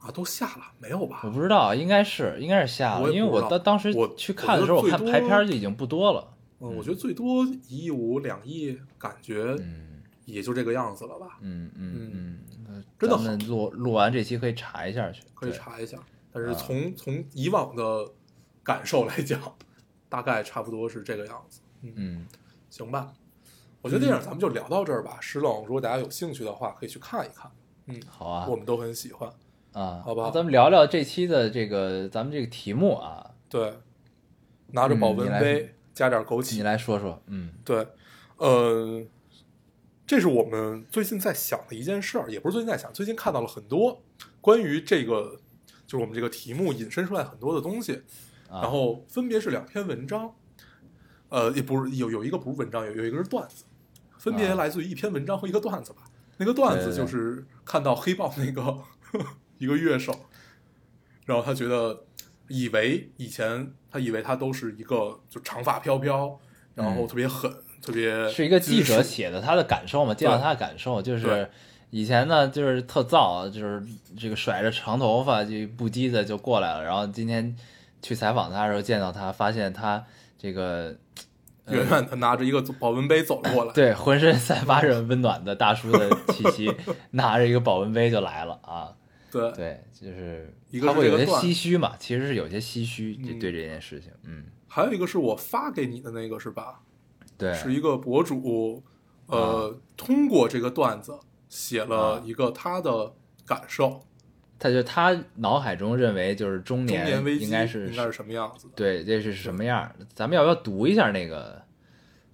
啊，都下了没有吧
我？不知道，应该是应该是下
我
了，
也
因为
不
我
知道
当当时
我
去看的时候，
我
我
觉得
看
最
排
多
片儿就已经不多了。
嗯，我觉得最多一亿五、两亿，感觉
嗯
也就这个样子了吧？
嗯嗯嗯
嗯，
呃
真的
咱
好
们录录完这期可以查一下去，
可以
对。啊
查一下。但是从从以往的感受来讲，大概差不多是这个样子。
嗯，
行吧，我觉得电影咱们就聊到这儿吧。石冷，如果大家有兴趣的话，可以去看一看。嗯，
好啊
我们都很喜欢。
啊，
好吧
咱们聊聊这期的这个咱们这个题目啊，
对，拿着保温
嗯你来
杯，加点枸
你
杞。
来说说。嗯
对，呃，这是我们最近在想的一件事儿，也不是最近在想，最近看到了很多关于这个，就是我们这个题目引申出来很多的东西。
啊，
然后分别是两篇文章，呃，也不是有有一个不是文章，有有一个是段子，分别
啊
来自于一篇文章和一个段子吧。那个段
对
子
对对
就是看到黑豹那个 <laughs> 一个乐手，然后他觉得以为以前他以为他都是一个就长发飘飘，然后
嗯
特别狠，特别
是一个记者
知识
写的，他的感受嘛，见到
对
他的感受就是
对。
以前呢，就是特燥，就是这个甩着长头发就不羁的就过来了。然后今天去采访他的时候，见到他，发现他这个 <laughs>
远远的拿着一个保温杯走了过
嗯
来，
对浑身散发着温暖的大叔的气
<laughs>
息，拿着一个保温杯就来了啊。
对
对，就是
一个
他
是
会
这
有
个
些
段
唏嘘嘛，其实是有些唏嘘，这
嗯
对这件事情，嗯，
还有一个是我发给你的那个是吧？
对，
是一个博主，呃，通过这个段子写
啊
了一个他的感受，
他就他脑海中认为就是中
中年危机
应该是
什么样子的？
对，这是什么样儿？咱们要不要读一下那个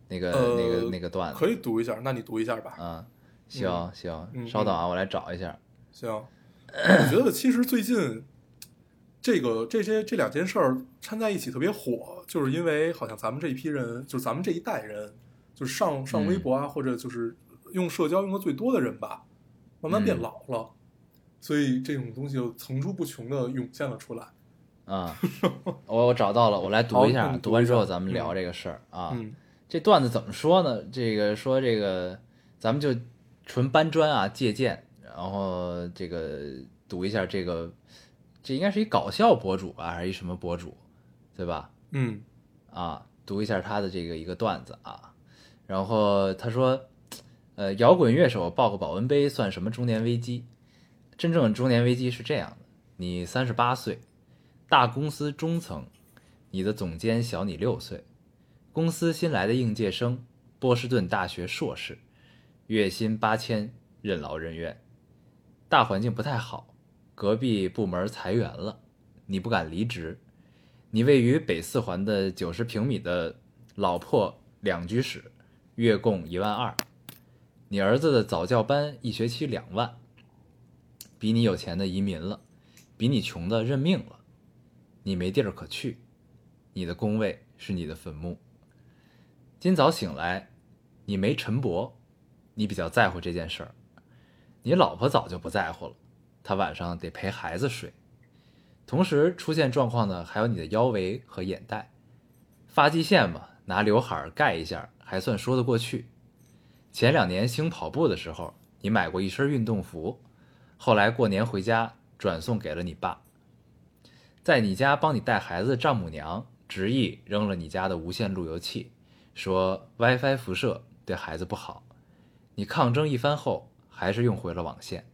那个、
呃
那个那个段子？
可以读一下，那你读一下吧。
啊，行、
嗯
行，
嗯
稍等啊，我来找一下。
行，我觉得其实最近这个这些这两件事儿掺在一起特别火，就是因为好像咱们这一批人，就是咱们这一代人，就是上
嗯
上微博啊，或者就是用社交用的最多的人吧，慢慢变
嗯
老了，所以这种东西又层出不穷的涌现了出来。 <laughs>
啊，我我找到了，我来读
好
一下
那
啊，
你
读
读
完
一
之
下
后咱们聊
嗯
这个事儿啊。
嗯。
这段子怎么说呢？这个说这个，咱们就纯搬砖啊，借鉴，然后这个读一下这个，这应该是一搞笑博主吧，还是一什么博主，对吧？
嗯
啊，读一下他的这个一个段子啊。然后他说，呃，摇滚乐手抱个保温杯算什么中年危机？真正的中年危机是这样的：你三十八岁，大公司中层，你的总监小你六岁，公司新来的应届生，波士顿大学硕士，月薪八千，任劳任怨，大环境不太好，隔壁部门裁员了，你不敢离职，你位于北四环的九十平米的老破两居室，月供一万二。你儿子的早教班一学期两万，比你有钱的移民了，比你穷的认命了，你没地儿可去，你的工位是你的坟墓。今早醒来，你没陈博，你比较在乎这件事儿，你老婆早就不在乎了，她晚上得陪孩子睡。同时出现状况的还有你的腰围和眼袋，发际线嘛，拿刘海儿盖一下还算说得过去。前两年兴跑步的时候，你买过一身运动服，后来过年回家转送给了你爸，在你家帮你带孩子的丈母娘执意扔了你家的无线路由器，说 WiFi 辐射对孩子不好。你抗争一番后，还是用回了网线。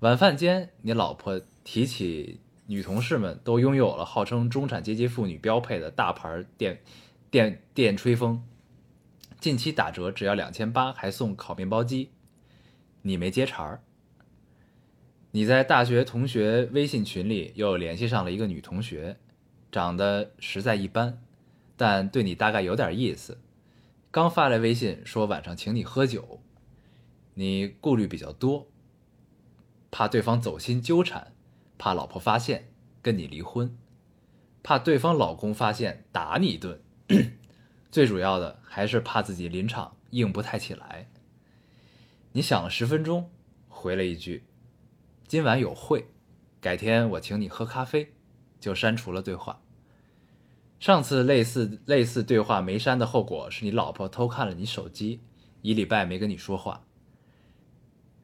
晚饭间，你老婆提起女同事们都拥有了号称中产阶级妇女标配的大牌电电电吹风，近期打折只要两千八，还送烤面包机。你没接茬儿。你在大学同学微信群里又联系上了一个女同学，长得实在一般，但对你大概有点意思。刚发来微信说晚上请你喝酒，你顾虑比较多，怕对方走心纠缠，怕老婆发现跟你离婚，怕对方老公发现打你一顿， <clears throat> 最主要的还是怕自己临场硬不太起来。你想了十分钟，回了一句：“今晚有会，改天我请你喝咖啡。”就删除了对话。上次类似类似对话没删的后果是你老婆偷看了你手机，一礼拜没跟你说话。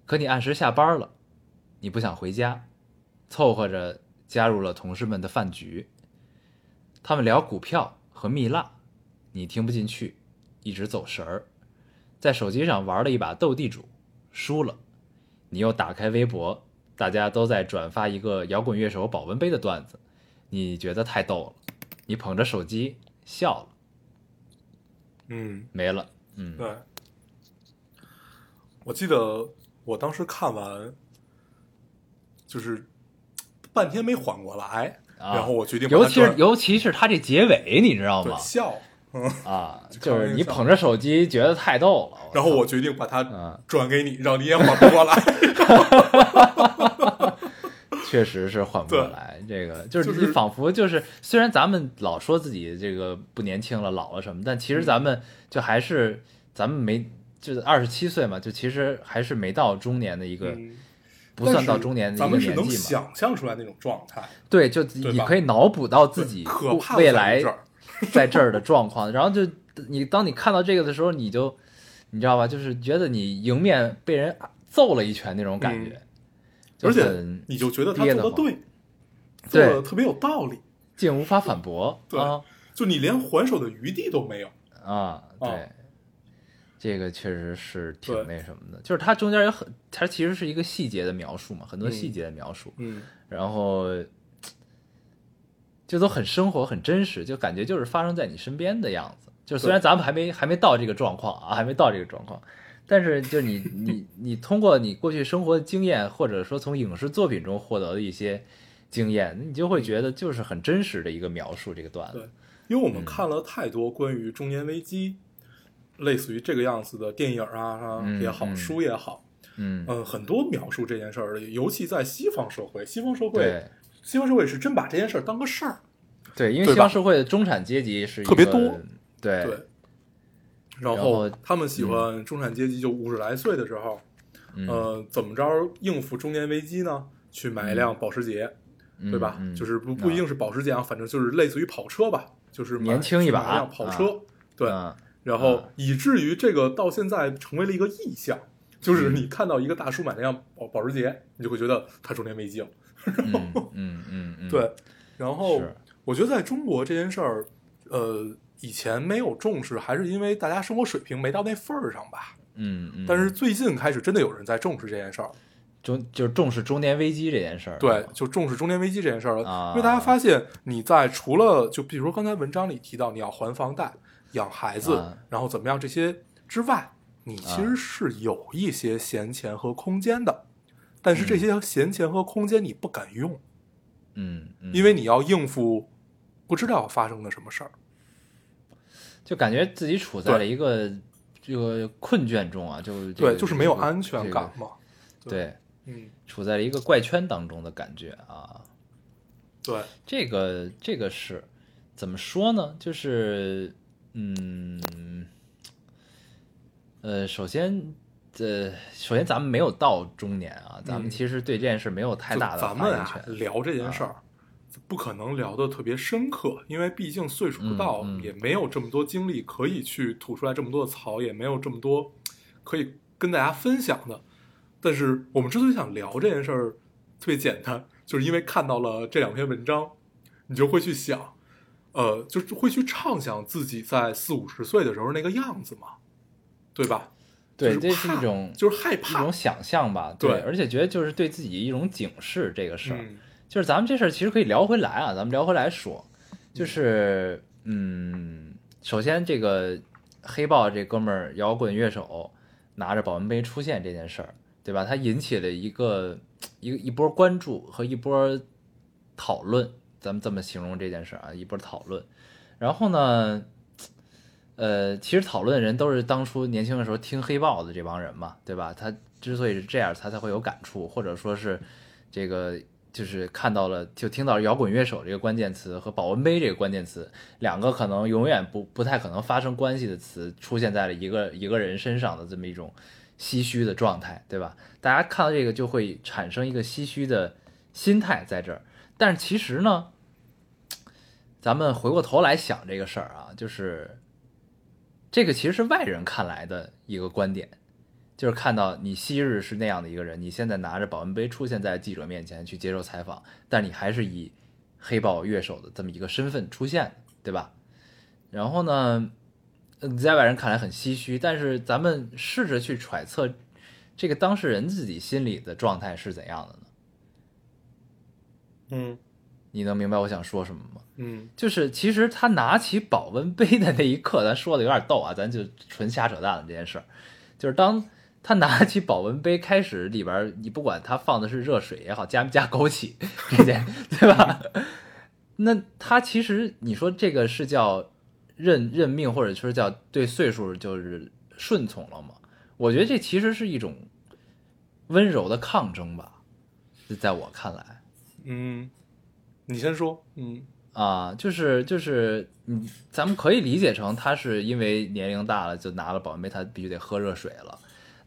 可你按时下班了，你不想回家，凑合着加入了同事们的饭局。他们聊股票和蜜蜡，你听不进去，一直走神儿，在手机上玩了一把斗地主，输了。你又打开微博，大家都在转发一个摇滚乐手保温杯的段子，你觉得太逗了，你捧着手机笑了，
嗯，
没了。嗯，
对。我记得我当时看完，就是半天没缓过来，
啊
然后我决定把它
尤其是
转
尤其是他这结尾，你知道
对
吗？
笑，
啊，
<laughs> 就
就是
是
你捧着手机觉得太逗了，
然后
操
我决定把它
嗯
转给你，让你也缓不过来。
<laughs> 确实是缓不过
对
来。这个就是
就是
你仿佛就是，虽然咱们老说自己这个不年轻了、老了什么，但其实咱们就还是咱们没就是二十七岁嘛，就其实还是没到中年的一个，
嗯
不算
但
到
是
中年的
咱
一个
们是
年
能
纪嘛。
想象出来那种状态，
对，就
对
你
吧
可以脑补到自己
可怕
未
的
来
在于这儿
<laughs> 在这儿的状况，然后就你当你看到这个的时候，你就你知道吧，就是觉得你迎面被人揍了一拳那种感觉，就
嗯而且
很
你就觉得他
憋
做
得
的
慌
对，做的
对
特别有道理，
竟无法反驳。
<laughs> 对
啊
就你连还手的余地都没有。
啊，对，
啊
这个确实是挺
对
那什么的，就是它中间有很，它其实是一个细节的描述嘛，很多
嗯
细节的描述，
嗯，
然后就都很生活、很真实，就感觉就是发生在你身边的样子。就虽然咱们还没还没到这个状况啊，还没到这个状况，但是就
<laughs>
你你你通过你过去生活的经验，或者说从影视作品中获得的一些经验，你就会觉得就是很真实的一个描述这个段子
嗯对。因为我们看了太多关于中年危机，类似于这个样子的电影啊啊
嗯
也好，
嗯
书也好，
嗯，
嗯，很多描述这件事儿的，尤其在西方社会，西方社
对
会，西方社会是真把这件事儿当个事儿，
对，因为
对
西
吧
方社会的中产阶级是一
特别
个
多，
对
对。然
然
后
后
他们喜欢中产阶级，就五十来岁的时候，
嗯
呃，怎么着应付中年危机呢？去买一辆保时捷，
嗯
对吧？
嗯
就是不不一定是保时捷啊，反正就是类似于跑车吧，就是买
年轻一把
去买辆跑车，对。 <laughs>
啊
然后
啊
以至于这个到现在成为了一个意向，就是
嗯
你看到一个大叔买那辆保保时捷，你就会觉得他中年危机了。
嗯嗯嗯嗯，
<laughs> 对，然后
是
我觉得在中国这件事儿，呃，以前没有重视，还是因为大家生活水平没到那份儿上吧。
嗯嗯，
但是最近开始真的有人在重视这件事儿，
中就是重视中年危机这件事儿，
对，就重视中年危机这件事儿了。
啊
因为大家发现你在除了就比如说刚才文章里提到你要还房贷、养孩子，
啊
然后怎么样这些之外，你其实是有一些闲钱和空间的，但是这些闲钱和空间你不敢用，
嗯，嗯，
因为你要应付不知道发生的什么事儿。
就感觉自己处在
对
了一个这个困倦中啊，就这
对，
个
就是
这
没有
个
安全感
这
嘛。
个对，
嗯，
处在了一个怪圈当中的感觉啊，
对，
这个这个是怎么说呢？就是嗯，呃，首先。呃，首先咱们没有到中年啊，咱们
嗯
其实对这件事没有太
就
大的
咱
发
们
言
啊
权。
聊这件事儿，不可能聊得特别深刻，因为毕竟岁数不到，
嗯嗯
也没有这么多精力可以去吐出来这么多的槽，也没有这么多可以跟大家分享的。但是我们之所以想聊这件事儿，特别简单，就是因为看到了这两篇文章，你就会去想，呃，就是会去畅想自己在四五十岁的时候那个样子嘛，对吧？
对，
就
这
是
是
怕
一种
就是害
一
怕
种，想象吧，
对
而且觉得就是对自己一种警示这个事儿，
嗯
就是咱们这事儿其实可以聊回来啊，咱们聊回来说，就是嗯，首先这个黑豹这哥们儿摇滚乐手拿着保温杯出现这件事儿，对吧？他引起了一个一个一波关注和一波讨论，咱们这么形容这件事儿啊，一波讨论。然后呢，呃，其实讨论的人都是当初年轻的时候听黑豹的这帮人嘛，对吧？他之所以是这样，他才会有感触，或者说是这个就是看到了，就听到了摇滚乐手这个关键词和保温杯这个关键词，两个可能永远不不太可能发生关系的词，出现在了一个一个人身上的这么一种唏嘘的状态，对吧？大家看到这个就会产生一个唏嘘的心态在这儿，但是其实呢，咱们回过头来想这个事儿啊，就是这个其实是外人看来的一个观点，就是看到你昔日是那样的一个人，你现在拿着保温杯出现在记者面前去接受采访，但你还是以黑豹乐手的这么一个身份出现，对吧？然后呢，呃在外人看来很唏嘘，但是咱们试着去揣测这个当事人自己心里的状态是怎样的呢？
嗯
你能明白我想说什么吗？
嗯
就是其实他拿起保温杯的那一刻，咱说的有点逗啊，咱就纯瞎扯淡了这件事儿。就是当他拿起保温杯开始里边儿，你不管他放的是热水也好，加不加枸杞这件， <laughs> 对吧？那他其实你说这个是叫认认命，或者说叫对岁数就是顺从了吗？我觉得这其实是一种温柔的抗争吧，在我看来。
嗯，你先说，嗯
啊，就是就是，嗯，咱们可以理解成他是因为年龄大了就拿了保温杯，他必须得喝热水了。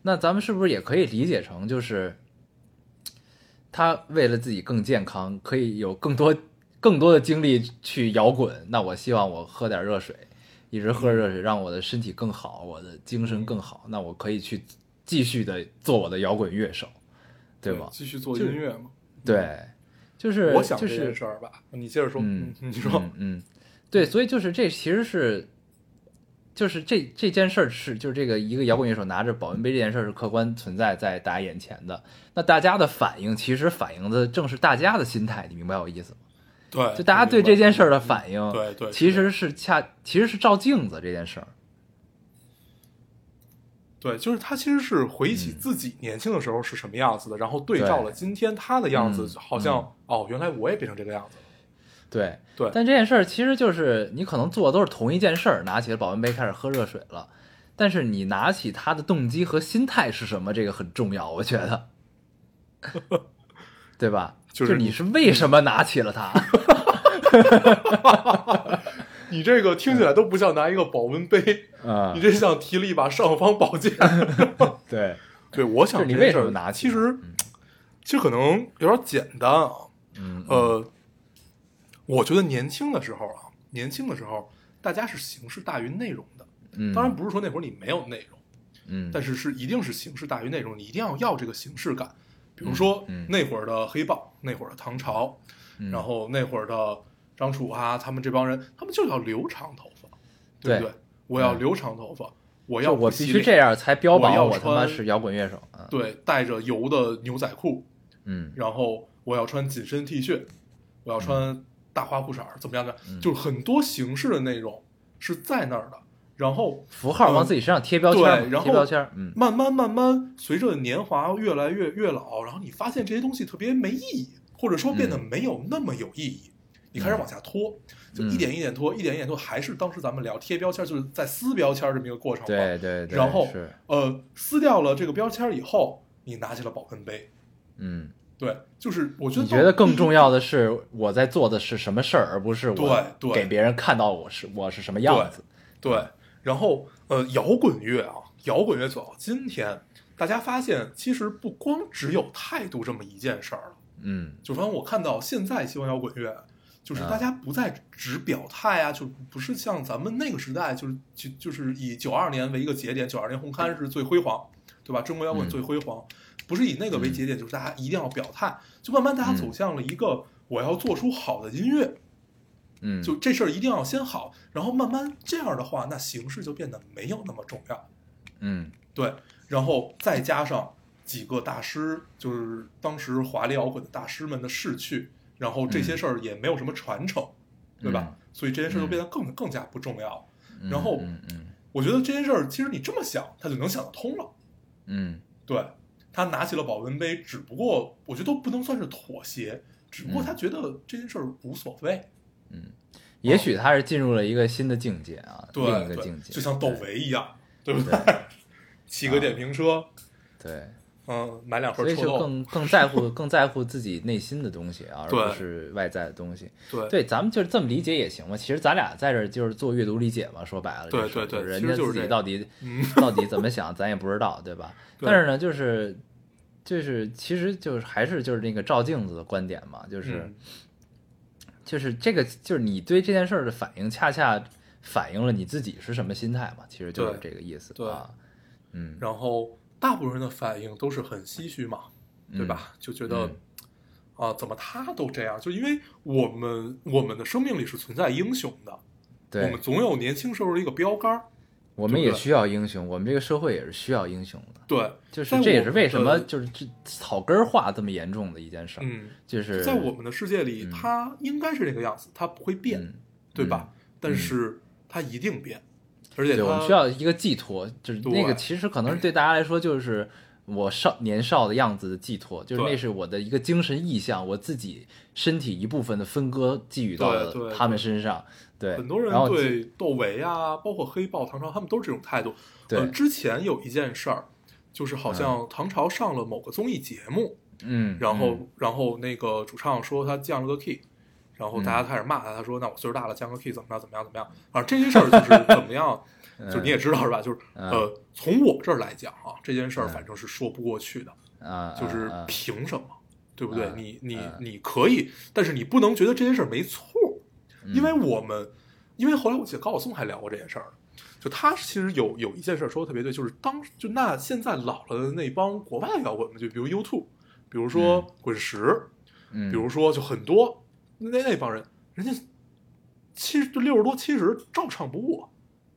那咱们是不是也可以理解成就是他为了自己更健康，可以有更多更多的精力去摇滚？那我希望我喝点热水，一直喝热水，让我的身体更好，我的精神更好。那我可以去继续的做我的摇滚乐手，对吗？
嗯继续做音乐嘛。
对，就是
我想
就
这
是
件事儿吧，你接着说，
嗯， <laughs>
你说，
嗯，嗯，对，所以就是这其实是，就是这这件事儿是，就是这个一个摇滚乐手拿着保温杯这件事儿是客观存在在大家眼前的。那大家的反应其实反映的正是大家的心态，你明白我意思吗？
对，
就大家对这件事儿的反应，
对对
其实是恰其实是照镜子这件事儿，
对，就是他其实是回忆起
嗯
自己年轻的时候是什么样子的，然后对照了今天他的样子，
嗯
好像、哦，原来我也变成这个样子了。
对
对
但这件事儿其实就是你可能做的都是同一件事儿，拿起了保温杯开始喝热水了，但是你拿起它的动机和心态是什么，这个很重要，我觉得，对吧？
<laughs> 就是
你是为什么拿起了
<laughs>
它？
你这个听起来都不像拿一个保温杯，
嗯
你，这像提了一把尚方宝剑。
对，
对，我
就
想
是你
这件
为
事
什
儿
么拿嗯起
其
它？
实其实可能有点简单啊。
嗯，嗯，
呃，我觉得年轻的时候啊，年轻的时候大家是形式大于内容的。
嗯
当然，不是说那会儿你没有内容，
嗯，
但
是
是是一定是形式大于内容，你一定要要这个形式感。比如说、
嗯嗯
那会儿的黑豹，那会儿的唐朝，
嗯
然后那会儿的张楚啊，他们这帮人，他们就要留长头发，对不
对
对？我要
嗯
留长头发，我
我
要
我
不
必
洗
须
脸
这，样才标
我
榜
要
我他妈
穿
是摇滚乐手，嗯
对，带着油的牛仔裤，
嗯
然后我要穿紧身 T 恤，我要穿大花裤衩儿，怎么样的？
嗯
就是很多形式的内容是在那儿的，然后
符号往
嗯
自己身上贴标签儿
对
嘛，
然
贴
后
标签儿，嗯
慢慢慢慢，随着年华越来越越老，然后你发现这些东西特别没意义，或者说变
嗯
得没有那么有意义，你开始往下拖，就一
嗯
点一点拖，一点一点拖，还是当时咱们聊贴标签，就是在撕标签这么一个过程嘛。
对对对，
然后
是
呃，撕掉了这个标签以后，你拿起了保温杯，
嗯。
对，就是我觉得嗯
你觉得更重要的是我在做的是什么事儿，而不是我
对对
给别人看到我是我是什么样子。
对，然后呃，摇滚乐啊，摇滚乐走到今天，大家发现其实不光只有态度这么一件事儿了。
嗯
就反正我看到现在西方摇滚乐，就是
啊
大家不再只表态啊，就不是像咱们那个时代，就是就就是以九二年为一个节点，九二年红磡是最辉煌，对吧？中国摇滚
嗯
最辉煌，不是以那个为节点，就是大家一定要表态，就慢慢大家
嗯
走向了一个我要做出好的音乐，
嗯，
就这事儿一定要先好，然后慢慢这样的话，那形式就变得没有那么重要。
嗯
对，然后再加上几个大师，就是当时华丽摇滚的大师们的逝去，然
嗯
后这些事儿也没有什么传承，对吧？所以这些事儿就变得更更加不重要。
嗯
然后
嗯嗯
我觉得这件事儿，其实你这么想，他就能想得通了。
嗯
对他拿起了保温杯，只不过我觉得都不能算是妥协，只不过
嗯
他觉得这件事儿无所谓。
嗯，也许他是进入了一个新的境界啊，
哦对
另一个
对
境界，
就像窦唯一样，对不
对
对？ <laughs> 骑个电瓶车，
对，
嗯，买两
所
盒
以
臭
就
豆， <laughs>
更更在乎更在乎自己内心的东西啊，而
对
不是外在的东西。
对
对，咱们就是这么理解也行嘛。其实咱俩在这儿就是做阅读理解嘛，说白了，
对
这事儿
对对
就是人
其
家
实就是
自己
这
到底
嗯
<laughs> 到底怎么想，咱也不知道，对吧？
对
但是呢，就是就是其实就是还是就是那个照镜子的观点嘛，就是。
嗯
就是这个，就是你对这件事儿的反应，恰恰反映了你自己是什么心态嘛，其实就是这
对
个意思
对
啊。嗯，
然后大部分人的反应都是很唏嘘嘛，对吧？就觉得
嗯
啊，怎么他都这样？就因为我们我们的生命里是存在英雄的，我
对
们，总有年轻时候的一个标杆儿。
我们
对不
也
对
需要英雄，我们这个社会也是需要英雄的。
对，
就是
在
这也
我
是为什么
的
就是这草根儿化这么严重的一件事儿，
嗯，
就是
在我们的世界里，
嗯
他应该是那个样子，他不会变，
嗯，
对吧？但是他一定变，而且
对，我
他
们需要一个寄托，就是
嗯对
那个其实可能是对大家来说就是我少年少的样子的寄托，就是
对
那是我的一个精神意向，我自己身体一部分的分割寄予到
对
了
对
他们身上。对，
很多人
然后
对窦唯啊，包括黑豹、唐朝，他们都是这种态度。
对
呃，之前有一件事儿，就是好像唐朝上了某个综艺节目，
嗯，
然后、
嗯
然后那个主唱说他降了个 key，然后大
嗯
家开始骂他，他说那我岁数大了降个 key 怎么着怎么样怎么样，反正这件事儿
<laughs>
就是怎么样，就是你也知道是吧？就是、
嗯
呃，从我这儿来讲啊，这件事儿
嗯
反正是说不过去的，
啊，
就是
啊啊
凭什么，对不对？
嗯
你你
嗯
你可以，但是你不能觉得这件事儿没错，
嗯
因为我们，因为后来我记得高晓松还聊过这件事儿，就他其实有有一件事儿说的特别对，就是当就那现在老了的那帮国外摇滚的，就比如 U2，比如说滚石，
嗯，
比如说就很多那那帮人，人家七十六十多七十照唱不误，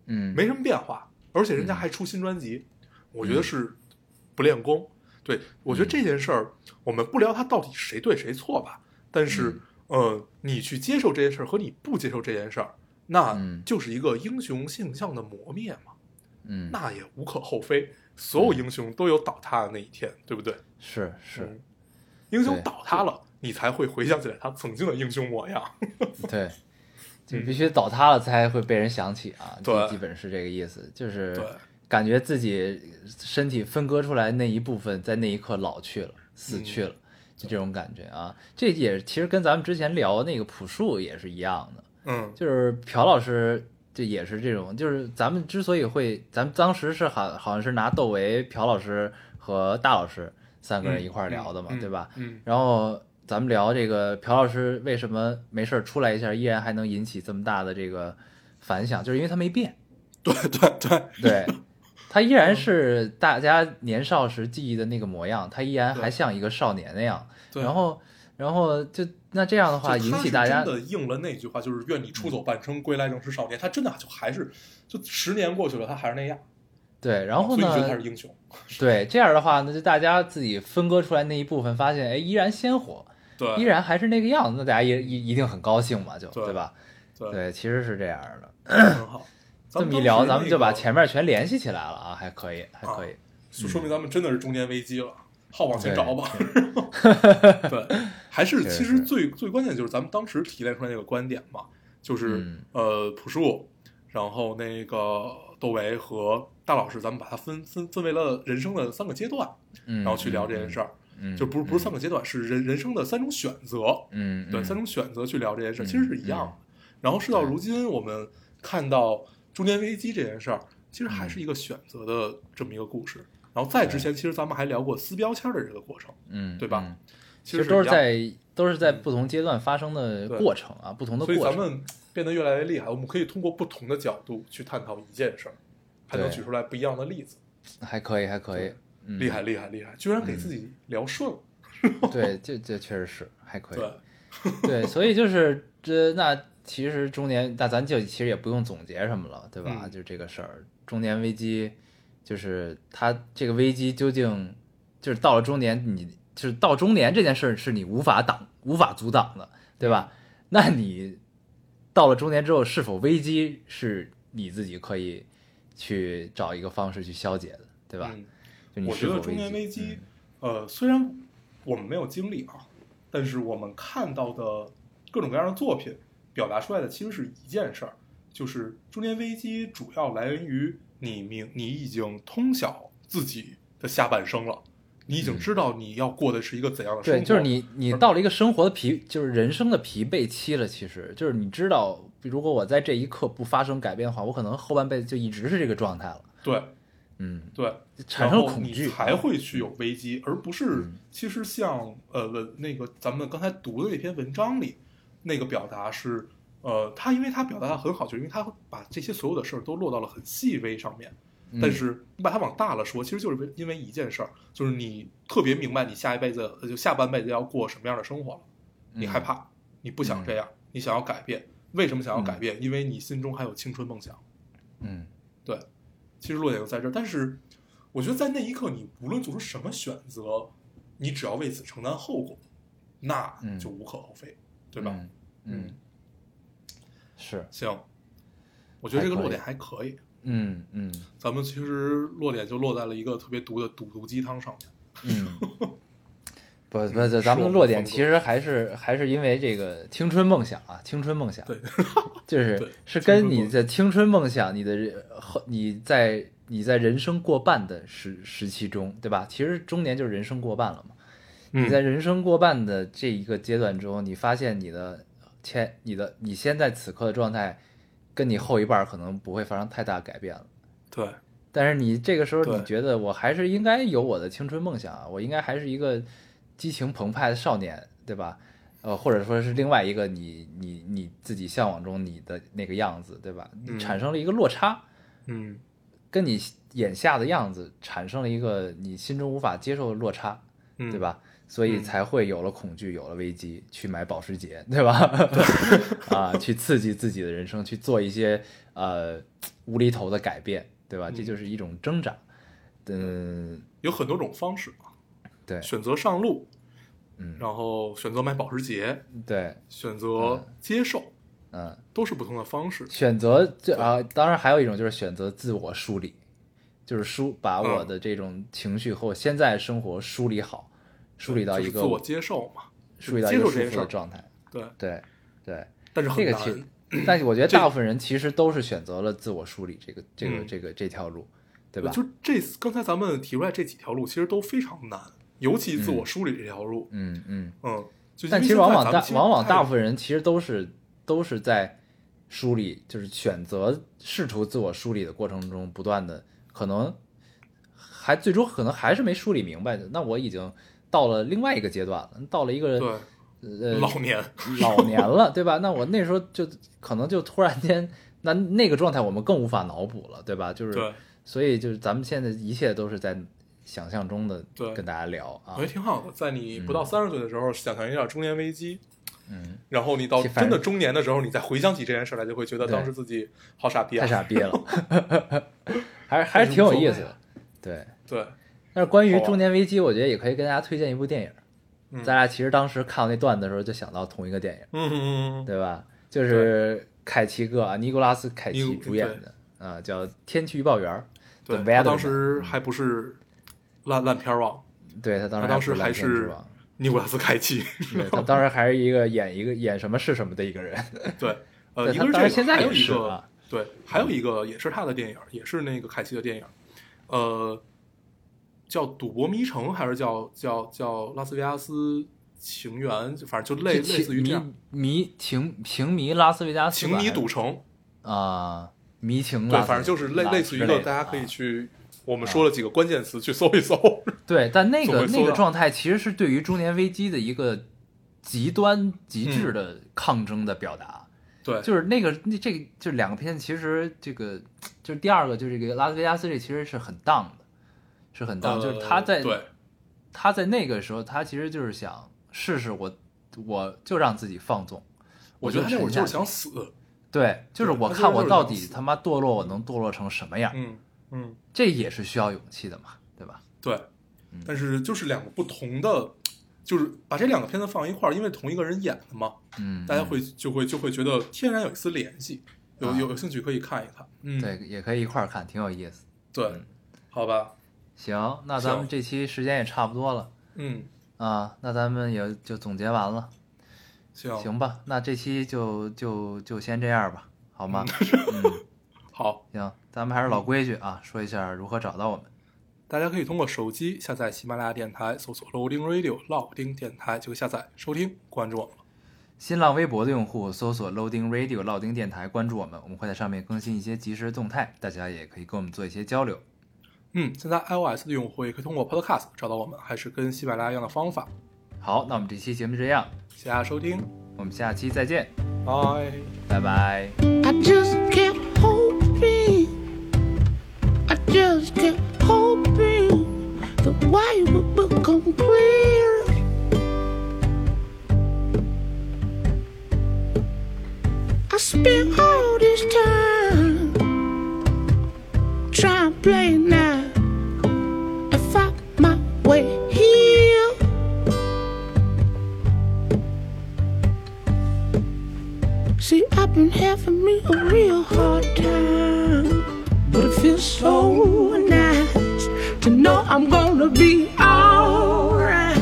嗯
没什么变化，而且人家
嗯
还出新专辑，我觉得是不练功。对我觉得这件事儿，我们不聊他到底谁对谁错吧，但
嗯
是，呃，你去接受这件事儿和你不接受这件事儿，那
嗯
就是一个英雄形象的磨灭嘛，
嗯，
那也无可厚非。所有
嗯
英雄都有倒塌的那一天，对不对？
是是，
嗯，英雄
对
倒塌了，你才会回想起来他曾经的英雄模样。 <laughs>
对，就
嗯
必须倒塌了才会被人想起啊，
对
基基本是这个意思，就是
对
感觉自己身体分割出来那一部分在那一刻老去了，
嗯
死去了，就这种感觉啊，这也其实跟咱们之前聊那个朴树也是一样的，
嗯，
就是朴老师，这也是这种，就是咱们之所以会，咱们当时是好好像是拿窦唯、朴老师和大老师三个人一块儿聊的嘛，
嗯
对吧？？
嗯，
然后咱们聊这个朴老师为什么没事儿出来一下，依然还能引起这么大的这个反响，就是因为他没变，
对对对， <laughs>
对。他依然是大家年少时记忆的那个模样，他依然还
对
像一个少年那样。
对
然后，然后就那这样的话，
就
引
他
起
是
大家
真的应了那句话，就是“愿你出走半生，归来仍是少年”。他真的啊就还是，就十年过去了，他还是那样。
对。然后
所以
呢？
你觉得他是英雄？
对，这样的话呢，就大家自己分割出来那一部分，发现哎，依然鲜活，
对，
依然还是那个样子，那大家也一一定很高兴嘛，就
对
吧？
对，
对，其实是这样的。<clears throat>
很好。
这么一
当时
聊，
那
咱们就把
个，
前面全联系起来了啊，还可以，还可以。
就说明咱们真的是中年危机了。好，往前找吧。对，还是
确实
其实最最关键就是咱们当时提炼出来那个观点嘛，就是、
嗯
呃朴树，然后那个窦唯和大老师，咱们把它分分分为了人生的三个阶段，
嗯，
<laughs> 然后去聊这件事儿。
嗯，嗯，
就不是不是三个阶段，是人人生的三种选择，
嗯，嗯，
对，
嗯
三种选择去聊这件事，
嗯
其实是一样的。然后事到如今，我们看到中年危机这件事儿，其实
嗯
还是一个选择的这么一个故事。然后再之前，其实咱们还聊过撕标签的这个过程，
嗯，
对吧
嗯
其
其
是
都
一
是
样的。
在都是在不同阶段发生的
对
过程啊，不同的
所
过
以
程。
咱们变得越来越厉害，我们可以通过不同的角度去探讨一件事儿，还能
对
举出来不一样的例子。
还可以，还可以
对，
嗯
厉害，厉害厉害！居然给自己聊顺了，
对，这这确实是还可以。
对 <laughs>
对，所以就是这那其实中年，那咱就其实也不用总结什么了，对吧？
嗯
就这个事儿，中年危机就是它这个危机究竟就是到了中年你，就是到中年这件事儿是你无法挡、无法阻挡的，对吧？那你到了中年之后，是否危机是你自己可以去找一个方式去消解的，对吧？
嗯
就你
我
是
觉
否
得中年危
危嗯
机，呃，虽然我们没有经历啊，但是我们看到的各种各样的作品表达出来的其实是一件事儿，就是中年危机主要来源于你明你已经通晓自己的下半生了，你已经知道你要过的是一个怎样的生
嗯
活。
对，就是你你到了一个生活的疲，就是人生的疲惫期了。其实就是你知道，如果我在这一刻不发生改变的话，我可能后半辈子就一直是这个状态了。
对
嗯，
对，
产
然
生
后
恐惧
你才会去有危机，而不是
嗯
其实像呃文那个咱们刚才读的那篇文章里那个表达是，呃，他因为他表达的很好，就是因为他把这些所有的事儿都落到了很细微上面，
嗯
但是你把它往大了说，其实就是因为一件事儿，就是你特别明白你下一辈子呃就下半辈子要过什么样的生活了，你
嗯
害怕，你不想这样，你想要改变，为什么想要改变？因为你心中还有青春梦想。
嗯
对，其实落点就在这儿。但是我觉得在那一刻，你无论做出什么选择，你只要为此承担后果，那
嗯
就无可厚非，对吧？
嗯嗯，是，
行，我觉得这个落点还可以。
嗯嗯
咱们其实落点就落在了一个特别毒的毒毒鸡汤上面。
嗯。
<laughs>
不不
嗯
不，咱们的
是我
落
们
点
风格
其实还是还是因为这个青春梦想啊，青春梦想。
对，
就是
对
是
青
跟
春
你
梦
的青春梦想，你的人后你在你在人生过半的时时期中，对吧？其实中年就是人生过半了嘛。你在
嗯，
人生过半的这一个阶段中，你发现你的前你的你现在此刻的状态，跟你后一半儿可能不会发生太大改变了。
对，
但是你这个时候
对
你觉得我还是应该有我的青春梦想啊，我应该还是一个激情澎湃的少年，对吧？呃，或者说是另外一个你你你自己向往中你的那个样子，对吧？你
嗯
产生了一个落差，
嗯，
跟你眼下的样子产生了一个你心中无法接受的落差，
嗯
对？吧？所以
嗯
才会有了恐惧，有了危机，去买保时捷，对吧？ <laughs> 啊，去刺激自己的人生，去做一些呃无厘头的改变，对吧？这
嗯
就是一种挣扎。嗯，
有很多种方式啊，
对，
选择上路，
嗯，
然后选择买保时捷，
对，
选择接受，
嗯，
都是不同的方式。
选择
嗯
这啊，当然还有一种就是选择自我梳理，就是梳把我的这种情绪和我现在生活梳理好，梳理到
就是
一个
自我接受嘛，
梳理到一
接
个
受
舒
这件
服
事儿
的。状态。
对，
对，对。
但是很
这个
难。
其，但是我觉得
这
大部分人其实都是选择了自我梳理这个这个
嗯
这个这条路，对吧？
就这刚才咱们提出来这几条路，其实都非常难，尤其自我梳理这条路，
嗯嗯。
嗯，就
但
因为
其实往往
现
大
在咱们其实
往往
太
大部分人其实都是都是在梳理，就是选择试图自我梳理的过程中，不断的可能还最终可能还是没梳理明白的。那我已经到了另外一个阶段了，到了一个
对、
呃
老年，
老年了，对吧？那我那时候就可能就突然间，那那个状态我们更无法脑补了，对吧？就是
对，
所以就是咱们现在一切都是在想象中的，
对
跟大家聊
我
啊
觉得，挺好的。在你不到三十岁的时候，想象一下中年危机，
嗯，
然后你到
其实反
真的
正
中年的时候，你再回想起这件事来，就会觉得
对
当时自己好傻逼啊，
太傻逼了，
<laughs>
还是还是挺有意思的，对。
对，
但是关于
好啊
中年危机，我觉得也可以跟大家推荐一部电影，
嗯
咱俩其实当时看到那段的时候就想到同一个电影，
嗯嗯嗯
对吧？就是凯奇哥啊，尼古拉斯凯奇
尼古
主演的啊，叫《天气预报员》
对，
The
他
Weatherman
当
嗯
时还不是烂烂片王
对他当时
他当时
不
还
蓝天
是
之王
尼古拉斯凯奇，
对他当时还是一个演一个演什么是什么的一个人，
<laughs> 对，呃，
<laughs> 对
一
他
个是这
当然
个，
现在
还
也
有一
是
个、
啊
对，还有一个也是他的电影，也是那个凯奇的电影，呃，叫《赌博迷城》还是叫叫叫《拉斯维加斯情缘》，反正就类
是
类似于这样
迷迷情情迷拉斯维加斯吧，
情迷赌城，
啊，迷情
对
拉，斯
反正就是类
拉
类似于
之
一
类
个，
的
大家可以
啊
去。我们说了几个关键词，去搜一搜。
对，但那
总
个
会搜
那个
到
状态其实是对于中年危机的一个极端极致
嗯
的抗争的表达，
<laughs> 对，
就是那个那这个就是两个片子，其实这个就是第二个就是这个拉斯维加斯这其实是很荡的，是很荡，
呃
就是他在
对
他在那个时候，他其实就是想试试我，我就让自己放纵。
我觉
就
得他那会儿
沉
就是
下
想
去，
死。
对，就是
对
我
他
看
就是
我到
想
底
死
他妈堕落，我能堕落成什么样？
嗯嗯，
这也是需要勇气的嘛，对吧？
对，但是就是两个不同的，就是把这两个片子放一块儿，因为同一个人演的嘛，
嗯，
大家会就会就会觉得天然有一丝联系。有
啊
有有兴趣可以看一看。嗯，
对，也可以一块儿看，挺有意思。
对
嗯，
好吧，
行，那咱们
行
这期时间也差不多了
嗯，
啊，那咱们也就总结完了，
行，
行吧？那这期就就就先这样吧，好吗？嗯，
好，
行，咱们还是老规矩啊，说一下如何找到我们。
大家可以通过手机下载喜马拉雅电台，搜索 Loading Radio 老丁电台就可以下载收听，关注我们了。
新浪微博的用户搜索 Loading Radio 老丁电台，关注我们，我们会在上面更新一些即时动态，大家也可以跟我们做一些交流。
嗯，现在 iOS 的用户也可以通过 Podcast 找到我们，还是跟喜马拉雅一样的方法。
好，那我们这期节目这样，
谢谢大家收听，
我们下期再见，
拜。
拜拜。
I just kept hoping. I just kept hoping the way would become clear. I spent all this time trying to play now. I found my way here. See, I've been having me a real hard time. But it feels so nice to know I'm gonna be alright.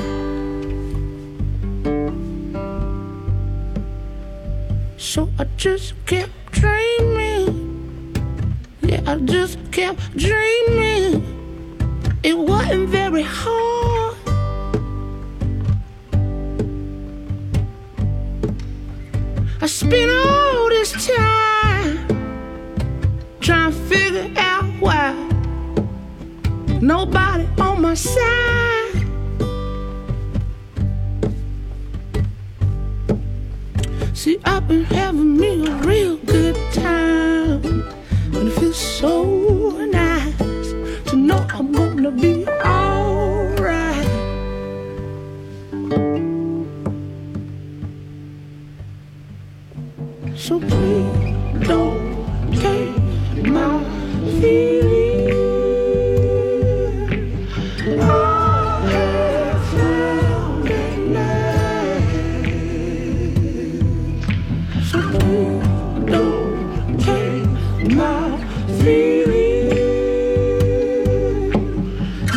So I just kept dreaming. Yeah, I just kept dreaming. It wasn't very hard. I spent all this time trying to figure out why nobody on my side. See, I've been having me a real good time, and it feels so nice to know I'm gonna be alright. So please don't take my feelings. I have found a night. So please don't take my feelings.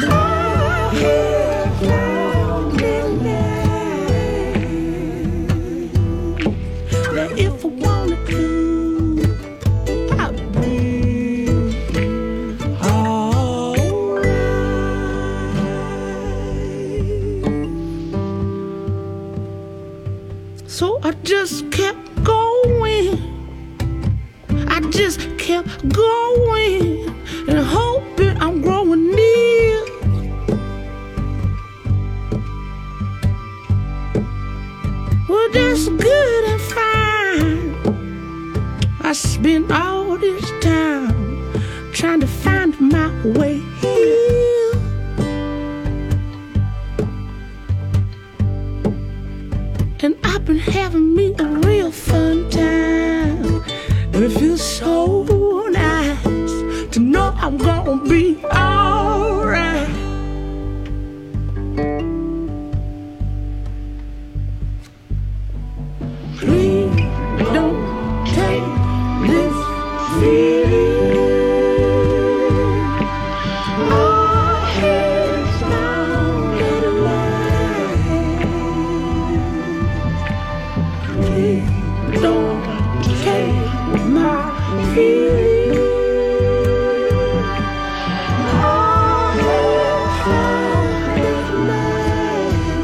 I have found a night. Now if I wanna do, I'll be alright. So I just kept going. I just kept going and hoping I'm growing near. Well, that's good and fine. I spent all this time trying to find my way here. And I've been having me a real fun time. And it feels so nice to know I'm gonna be alright. Please don't take this feeling. I have found a light. Please don't take my feeling. I have found a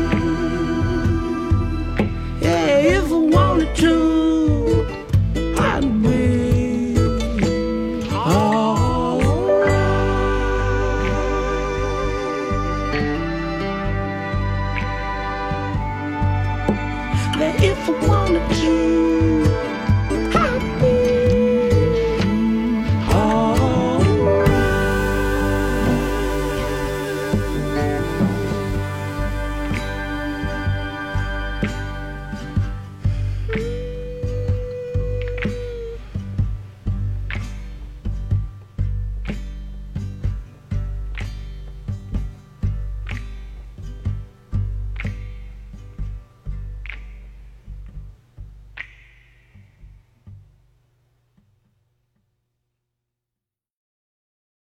light. Yeah, if I wanted to, I'd be alright. Yeah, if I wanted to.